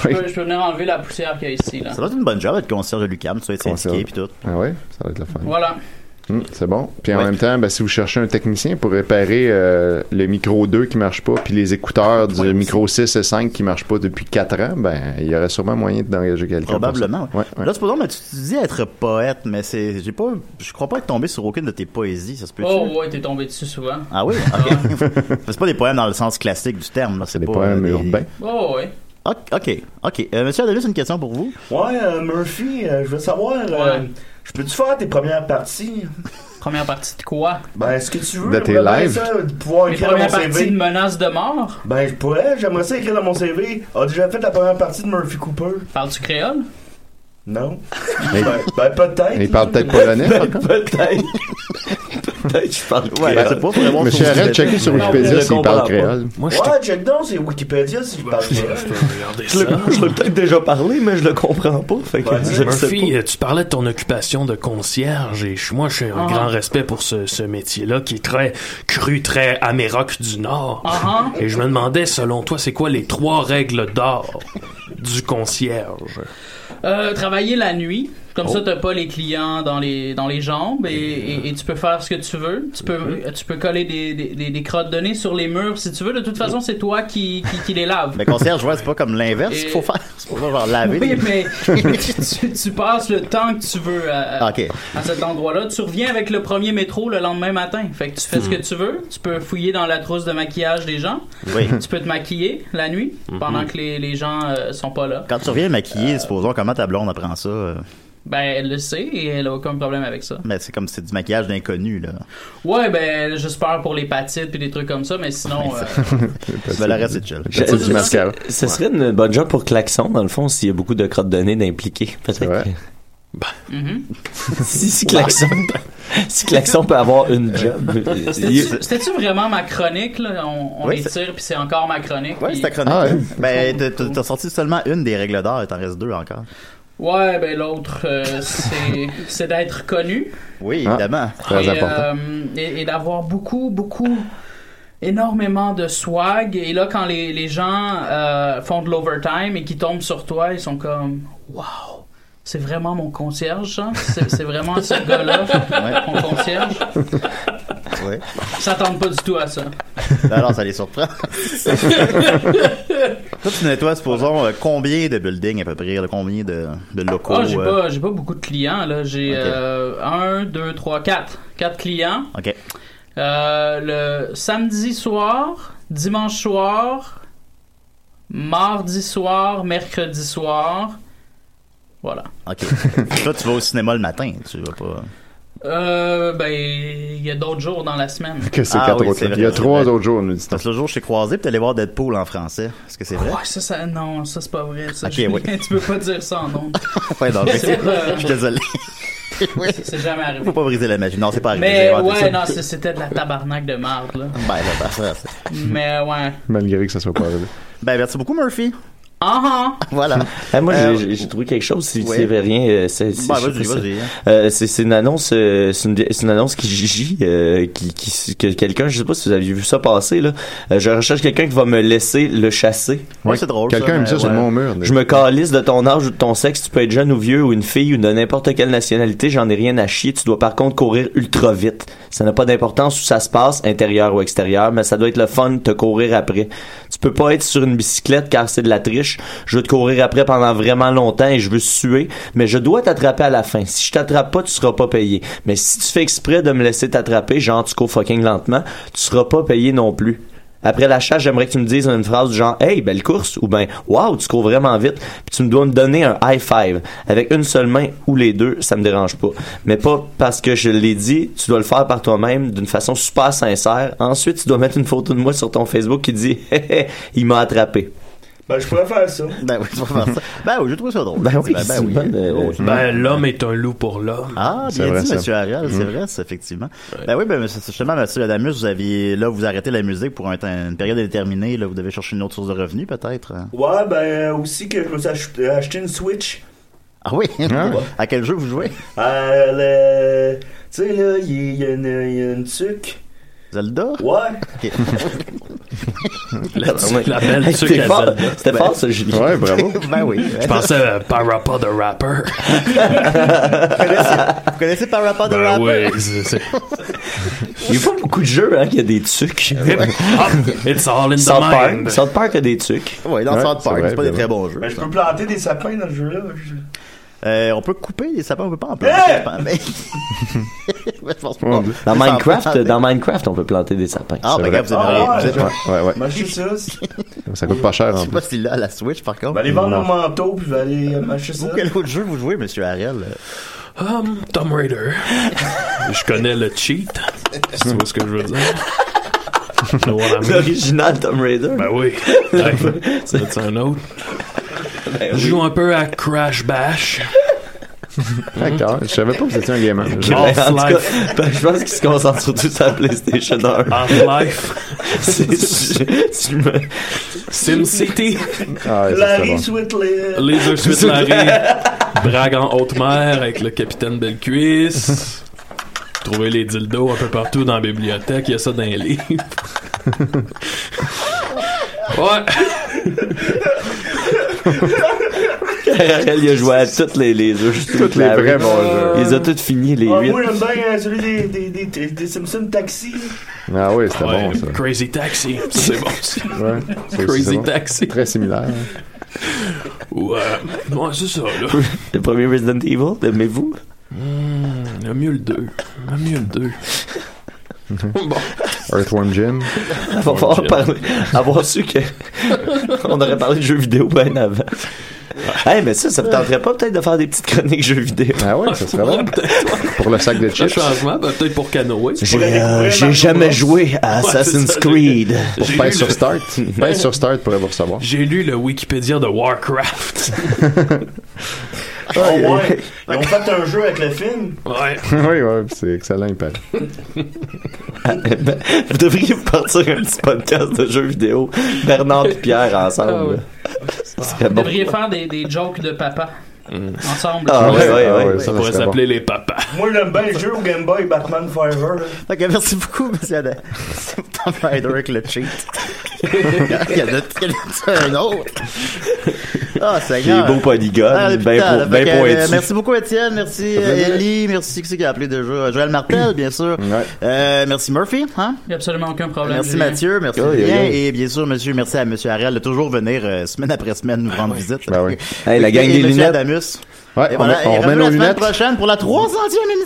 je,
Oui.
peux, je peux venir enlever la poussière qu'il y a ici. Là.
Ça doit être une bonne job être concierge de Lucam, tu vas être syndiqué puis tout.
Ah ouais? Ça va être la fin.
Voilà.
Hum, c'est bon. Puis en même temps, ben, si vous cherchez un technicien pour réparer euh, le micro 2 qui marche pas, puis les écouteurs du micro 6 et 5 qui marchent pas depuis 4 ans, ben il y aurait sûrement moyen d'engager quelqu'un. pour ça.
Probablement.
Ouais, ouais.
Là, c'est pas drôle, mais tu te dis être poète, mais c'est, j'ai pas, je crois pas être tombé sur aucune de tes poésies, ça se peut-tu?
Oh ouais, t'es tombé dessus souvent.
Ah oui? Ok. c'est pas des poèmes dans le sens classique du terme, là. C'est pas,
poèmes
euh,
urbains.
Oh ouais.
Ok, ok. ok. Euh, monsieur Adelus, une question pour vous.
Ouais, euh, Murphy, euh, je veux savoir, euh, je peux-tu faire tes premières parties?
Première partie de quoi?
Ben, est-ce que tu veux?
De tes
j'aimerais bien
lives?
ça, de pouvoir
Les
écrire dans mon
premières parties
CV.
de menace de mort.
Ben, je pourrais, j'aimerais ça écrire dans mon CV. A déjà fait la première partie de Murphy Cooper?
Parles-tu créole?
Non.
Mais-
ben, ben, peut-être.
Il parle peut-être polonais, par
Ben, peut-être. peut-être, je parle
Ouais,
créole.
je sais pas vraiment
Monsieur
sur
Arel,
Wikipédia.
checker sur
Non, je
Wikipédia
le
s'il
comprends
parle
pas.
créole.
Moi, je ouais, check down, c'est Wikipédia si je parle
Regardez
Je
Euh,
ça.
l'ai- je l'ai peut-être déjà parlé, mais je le comprends pas. Fait que je le sais
Murphy, euh, tu parlais de ton occupation de concierge et je- moi, j'ai un
Ah.
grand respect pour ce, ce métier-là qui est très cru, très améroc du Nord.
Ah, ah.
Et je me demandais, selon toi, c'est quoi les trois règles d'or du concierge?
Euh, travailler la nuit. Comme
Oh.
ça, t'as pas les clients dans les, dans les jambes et, et- et tu peux faire ce que tu veux. Tu peux, tu peux coller des, des, des- des crottes de nez sur les murs si tu veux. De toute façon, c'est toi qui, qui, qui les laves.
Mais concierge, ouais, c'est pas comme l'inverse
Et-
qu'il faut faire. C'est pour ça genre laver.
Oui, mais tu, tu passes le temps que tu veux à, à-
Ok.
à cet endroit-là. Tu reviens avec le premier métro le lendemain matin. Fait que tu
Hmm.
fais ce que tu veux. Tu peux fouiller dans la trousse de maquillage des gens.
Oui.
Tu peux te maquiller la nuit
Mhm.
pendant que les, les gens euh, sont pas là.
Quand tu reviens maquillé, supposons comment ta blonde apprend ça. euh,
Ben, elle le sait et elle a aucun problème avec ça.
Ben, c'est comme si c'était du maquillage d'inconnu, là.
Ouais, ben, j'espère pour l'hépatite puis des trucs comme ça, mais sinon. euh,
ben, le reste, c'est chill.
Je-
C'est du mascara.
Ce serait une bonne job pour Klaxon, dans le fond, s'il y a beaucoup de crottes de nez d'impliqués. Peut-être. que-
mhm.
si, si Klaxon, si Klaxon peut avoir une job. euh, il-
C'était-tu- C'était-tu vraiment ma chronique, là? On, on
Oui,
les
c'est-
tire, puis c'est encore ma chronique.
Ouais,
puis-
c'est ta chronique. hein. Ben, t'as- t'as- t'as sorti seulement une des règles d'or et t'en restes deux encore.
Ouais, ben l'autre, euh, c'est- c'est d'être connu.
Oui, évidemment.
et, euh, et- et d'avoir beaucoup, beaucoup, énormément de swag. Et là, quand les, les gens euh, font de l'overtime et qui tombent sur toi, ils sont comme Waouh, c'est vraiment mon concierge, ça? C'est c'est vraiment ce gars-là, mon concierge.
Ouais. Ben
Ils s'attendent pas du tout à ça.
Alors, ça les surprend. Toi, tu nettoies, supposons, euh, combien de buildings à peu près, là, combien de, de locaux?
Ah, j'ai
euh,
pas, j'ai pas beaucoup de clients, là. J'ai
Ok.
euh, un, deux, trois, quatre. Quatre clients.
OK.
Euh, le samedi soir, dimanche soir, mardi soir, mercredi soir. Voilà.
OK. Toi, tu vas au cinéma le matin, tu vas pas...
Euh, ben, il y a d'autres jours dans la semaine.
Que c'est Ah quatre oui, autres- c'est vrai, il y a c'est trois vrai.
autres jours, nous dit
Parce que le jour, je t'ai croisé, puis t'allais voir Deadpool en français. Est-ce que c'est vrai?
Ouais, ça, ça, non, ça c'est pas vrai. Ça,
Ok,
Julien,
oui.
Tu peux pas dire ça en nom.
Ouais, non, mais
C'est
c'est-
pas-
je suis désolé.
C'est jamais arrivé.
Faut pas briser la magie. Non, c'est pas arrivé. j'ai
Mais
inventé ça.
ouais, non, c'est- c'était de la tabarnak de marde, là.
Ben, là, ben, ça, c'est-
Mais ouais.
Malgré que ça soit pas arrivé.
Ben, merci beaucoup, Murphy.
Ah ah!
Voilà.
Ah, moi,
Euh,
j'ai- j'ai j'ai trouvé quelque chose, si
ouais.
tu savais rien. euh, C'est c'est-
Bah,
je sais
vas-y,
pas ça.
vas-y, hein.
Euh, c'est- c'est une annonce, euh, c'est une, c'est une annonce qui gigit, euh, qui, qui, que quelqu'un, je sais pas si vous aviez vu ça passer, là. Euh, je recherche quelqu'un qui va me laisser le chasser.
Ouais, Ouais, c'est drôle, quelqu'un ça, aime mais ça sur ouais. mon mur, là.
Je me calisse de ton âge ou de ton sexe, tu peux être jeune ou vieux ou une fille ou de n'importe quelle nationalité, j'en ai rien à chier, tu dois par contre courir ultra vite. Ça n'a pas d'importance où ça se passe, intérieur ou extérieur, mais ça doit être le fun de te courir après. Tu peux pas être sur une bicyclette car c'est de la triche. Je veux te courir après pendant vraiment longtemps et je veux suer, mais je dois t'attraper à la fin. Si je t'attrape pas, tu seras pas payé. Mais si tu fais exprès de me laisser t'attraper, genre tu cours fucking lentement, tu seras pas payé non plus. Après la chasse, j'aimerais que tu me dises une phrase du genre Hey, belle course ou ben Wow, tu cours vraiment vite. Puis tu me dois me donner un high five avec une seule main ou les deux, ça me dérange pas. Mais pas parce que je l'ai dit, tu dois le faire par toi-même d'une façon super sincère. Ensuite, tu dois mettre une photo de moi sur ton Facebook qui dit Hé, hé, il m'a attrapé.
Ben, je pourrais faire ça.
Ben oui, je pourrais faire ça. Ben oui, je trouve ça drôle.
Ben oui,
ben,
c'est une bonne, euh,
Oh,
Ben, l'homme est un loup pour l'homme.
Ah, bien dit, monsieur Ariel,
Mhm.
c'est vrai, ça, effectivement. Ben oui, ben, monsieur- justement, monsieur Adamus, vous aviez, là, vous arrêtez la musique pour un temps- une période indéterminée, là, vous devez chercher une autre source de revenus, peut-être. hein?
Ouais, ben, aussi que je me suis ach- acheté une Switch.
Ah oui? à quel jeu vous jouez?
Euh, le- Tu sais, là, il y, il y a une, il y a une tuque.
Zelda?
Ouais.
La-
la belle
Hey,
tuque
c'était
à
fort.
Zelda.
C'était
Ben-
fort, ça, Julie.
Ouais, bravo.
ben oui.
Je pensais à Parappa the Rapper.
Vous connaissez Parappa the
Ben
Rapper?
oui, c'est- c'est-
Il n'y a pas beaucoup de jeux hein, qui a des trucs.
Ah, It's all in the
South Park.
mind.
South Park a des trucs.
Oui, dans South Park, c'est pas des très bons jeux.
Ben, je peux planter des sapins dans le jeu-là. Je- Eh!
Euh, on peut couper les sapins, on peut pas en planter.
Hey!
je pense, mais- Ouais, je pense pas.
Dans
Mais ça en
Dans Minecraft,
fait-
dans Minecraft, on peut planter des sapins.
Ah, ben, regarde, vous avez
Ah,
rien.
ouais.
Vous êtes-
Ouais, ouais.
Moi, je sais ça. Je
Ça coûte pas cher,
Je
en
sais pas s'il a la Switch, par contre.
vais aller vendre mon manteau, puis je vais aller euh, m'acheter ça.
Vous, quel autre jeu vous jouez, monsieur Ariel?
Um, Tomb Raider. je connais le cheat. Si tu vois ce que je veux dire. You know what I mean?
L'original Tomb Raider.
Ben oui. Hey, C'est un autre.
Ben
Ben
Je joue un peu à Crash Bash.
D'accord, je savais pas que vous étiez un gamer.
Ok, ben, en tout cas, ben, je pense qu'il se concentre surtout sur la PlayStation 1.
Half-Life. SimCity.
Ah, ouais, ça, c'est
Larry
bon.
Sweatley.
Laser Suite Larry. Brague en haute mer avec le capitaine Bellecuisse. Trouver les dildos un peu partout dans la bibliothèque. Il y a ça dans les livres. Ouais.
Ariel, il a joué à toutes les, les jeux. Toutes
les vrais bons jeux.
Ils ont tous fini, les
Ah,
8.
moi, j'aime bien euh, celui des, des, des, des, des Simpsons Taxi.
Ah oui, c'était
Ouais,
bon, ça.
Crazy Taxi. C'est bon. ça.
Ouais, c'est- c'est
Crazy
bon.
Taxi.
Très similaire.
Ouais, ouais, c'est ça, là.
Le premier Resident Evil, aimez-vous?
Hmm, le mieux le 2. Le mieux le 2. Bon.
Mhm. Earthworm Jim.
Va falloir parler- avoir su que on aurait parlé de jeux vidéo bien avant. Hey, mais ça, ça ne tenterait pas peut-être de faire des petites chroniques jeux vidéo.
Ah ouais, ça serait bon. Pour le sac de
Un changement, ben, peut-être pour Canoë.
J'ai euh, j'ai jamais joué à
Ouais,
Assassin's
c'est ça,
Creed.
Pour
J'ai
faire
lu
sur
le-
Start. Faire sur Start pour avoir savoir.
J'ai lu le Wikipédia de Warcraft.
Oh, ouais. Ils ont fait un jeu avec le film.
Ouais.
oui, ouais, c'est excellent, il paraît.
Ben, vous devriez vous partir un petit podcast de jeux vidéo, Bernard et Pierre ensemble. Ce serait
Ah Vous
bon.
devriez faire des, des jokes de papa.
Mm.
Ensemble.
Ah ouais, ouais, ouais.
Ça pourrait s'appeler les papas.
Moi, j'aime bien le jeu au Game Boy Batman Forever.
Ok, merci beaucoup, monsieur Adam. C'est Tom Rider avec le cheat. il y en a il y en a un autre. Ah, c'est
Les beaux polygones, ben po- ben pointus.
euh, Merci beaucoup, Étienne. Merci,
Ça fait plaisir.
euh, Ellie. Merci, qui c'est qui a appelé déjà? Euh, Joël Martel, bien sûr. Euh, merci, Murphy. Hein?
Il n'y a absolument aucun problème.
Merci
Julien.
Mathieu, merci
Oh, yo,
Julien.
yo.
et bien sûr monsieur, merci à monsieur Ariel de toujours venir euh, semaine après semaine nous
Ah
rendre visite.
Ben oui.
Hey, la gang
Et
des
monsieur
lunettes.
Adamus.
Ouais,
Et
on met-
voilà,
on
et
remet
revenez
nos
la semaine
lunettes.
prochaine pour la 300e émission.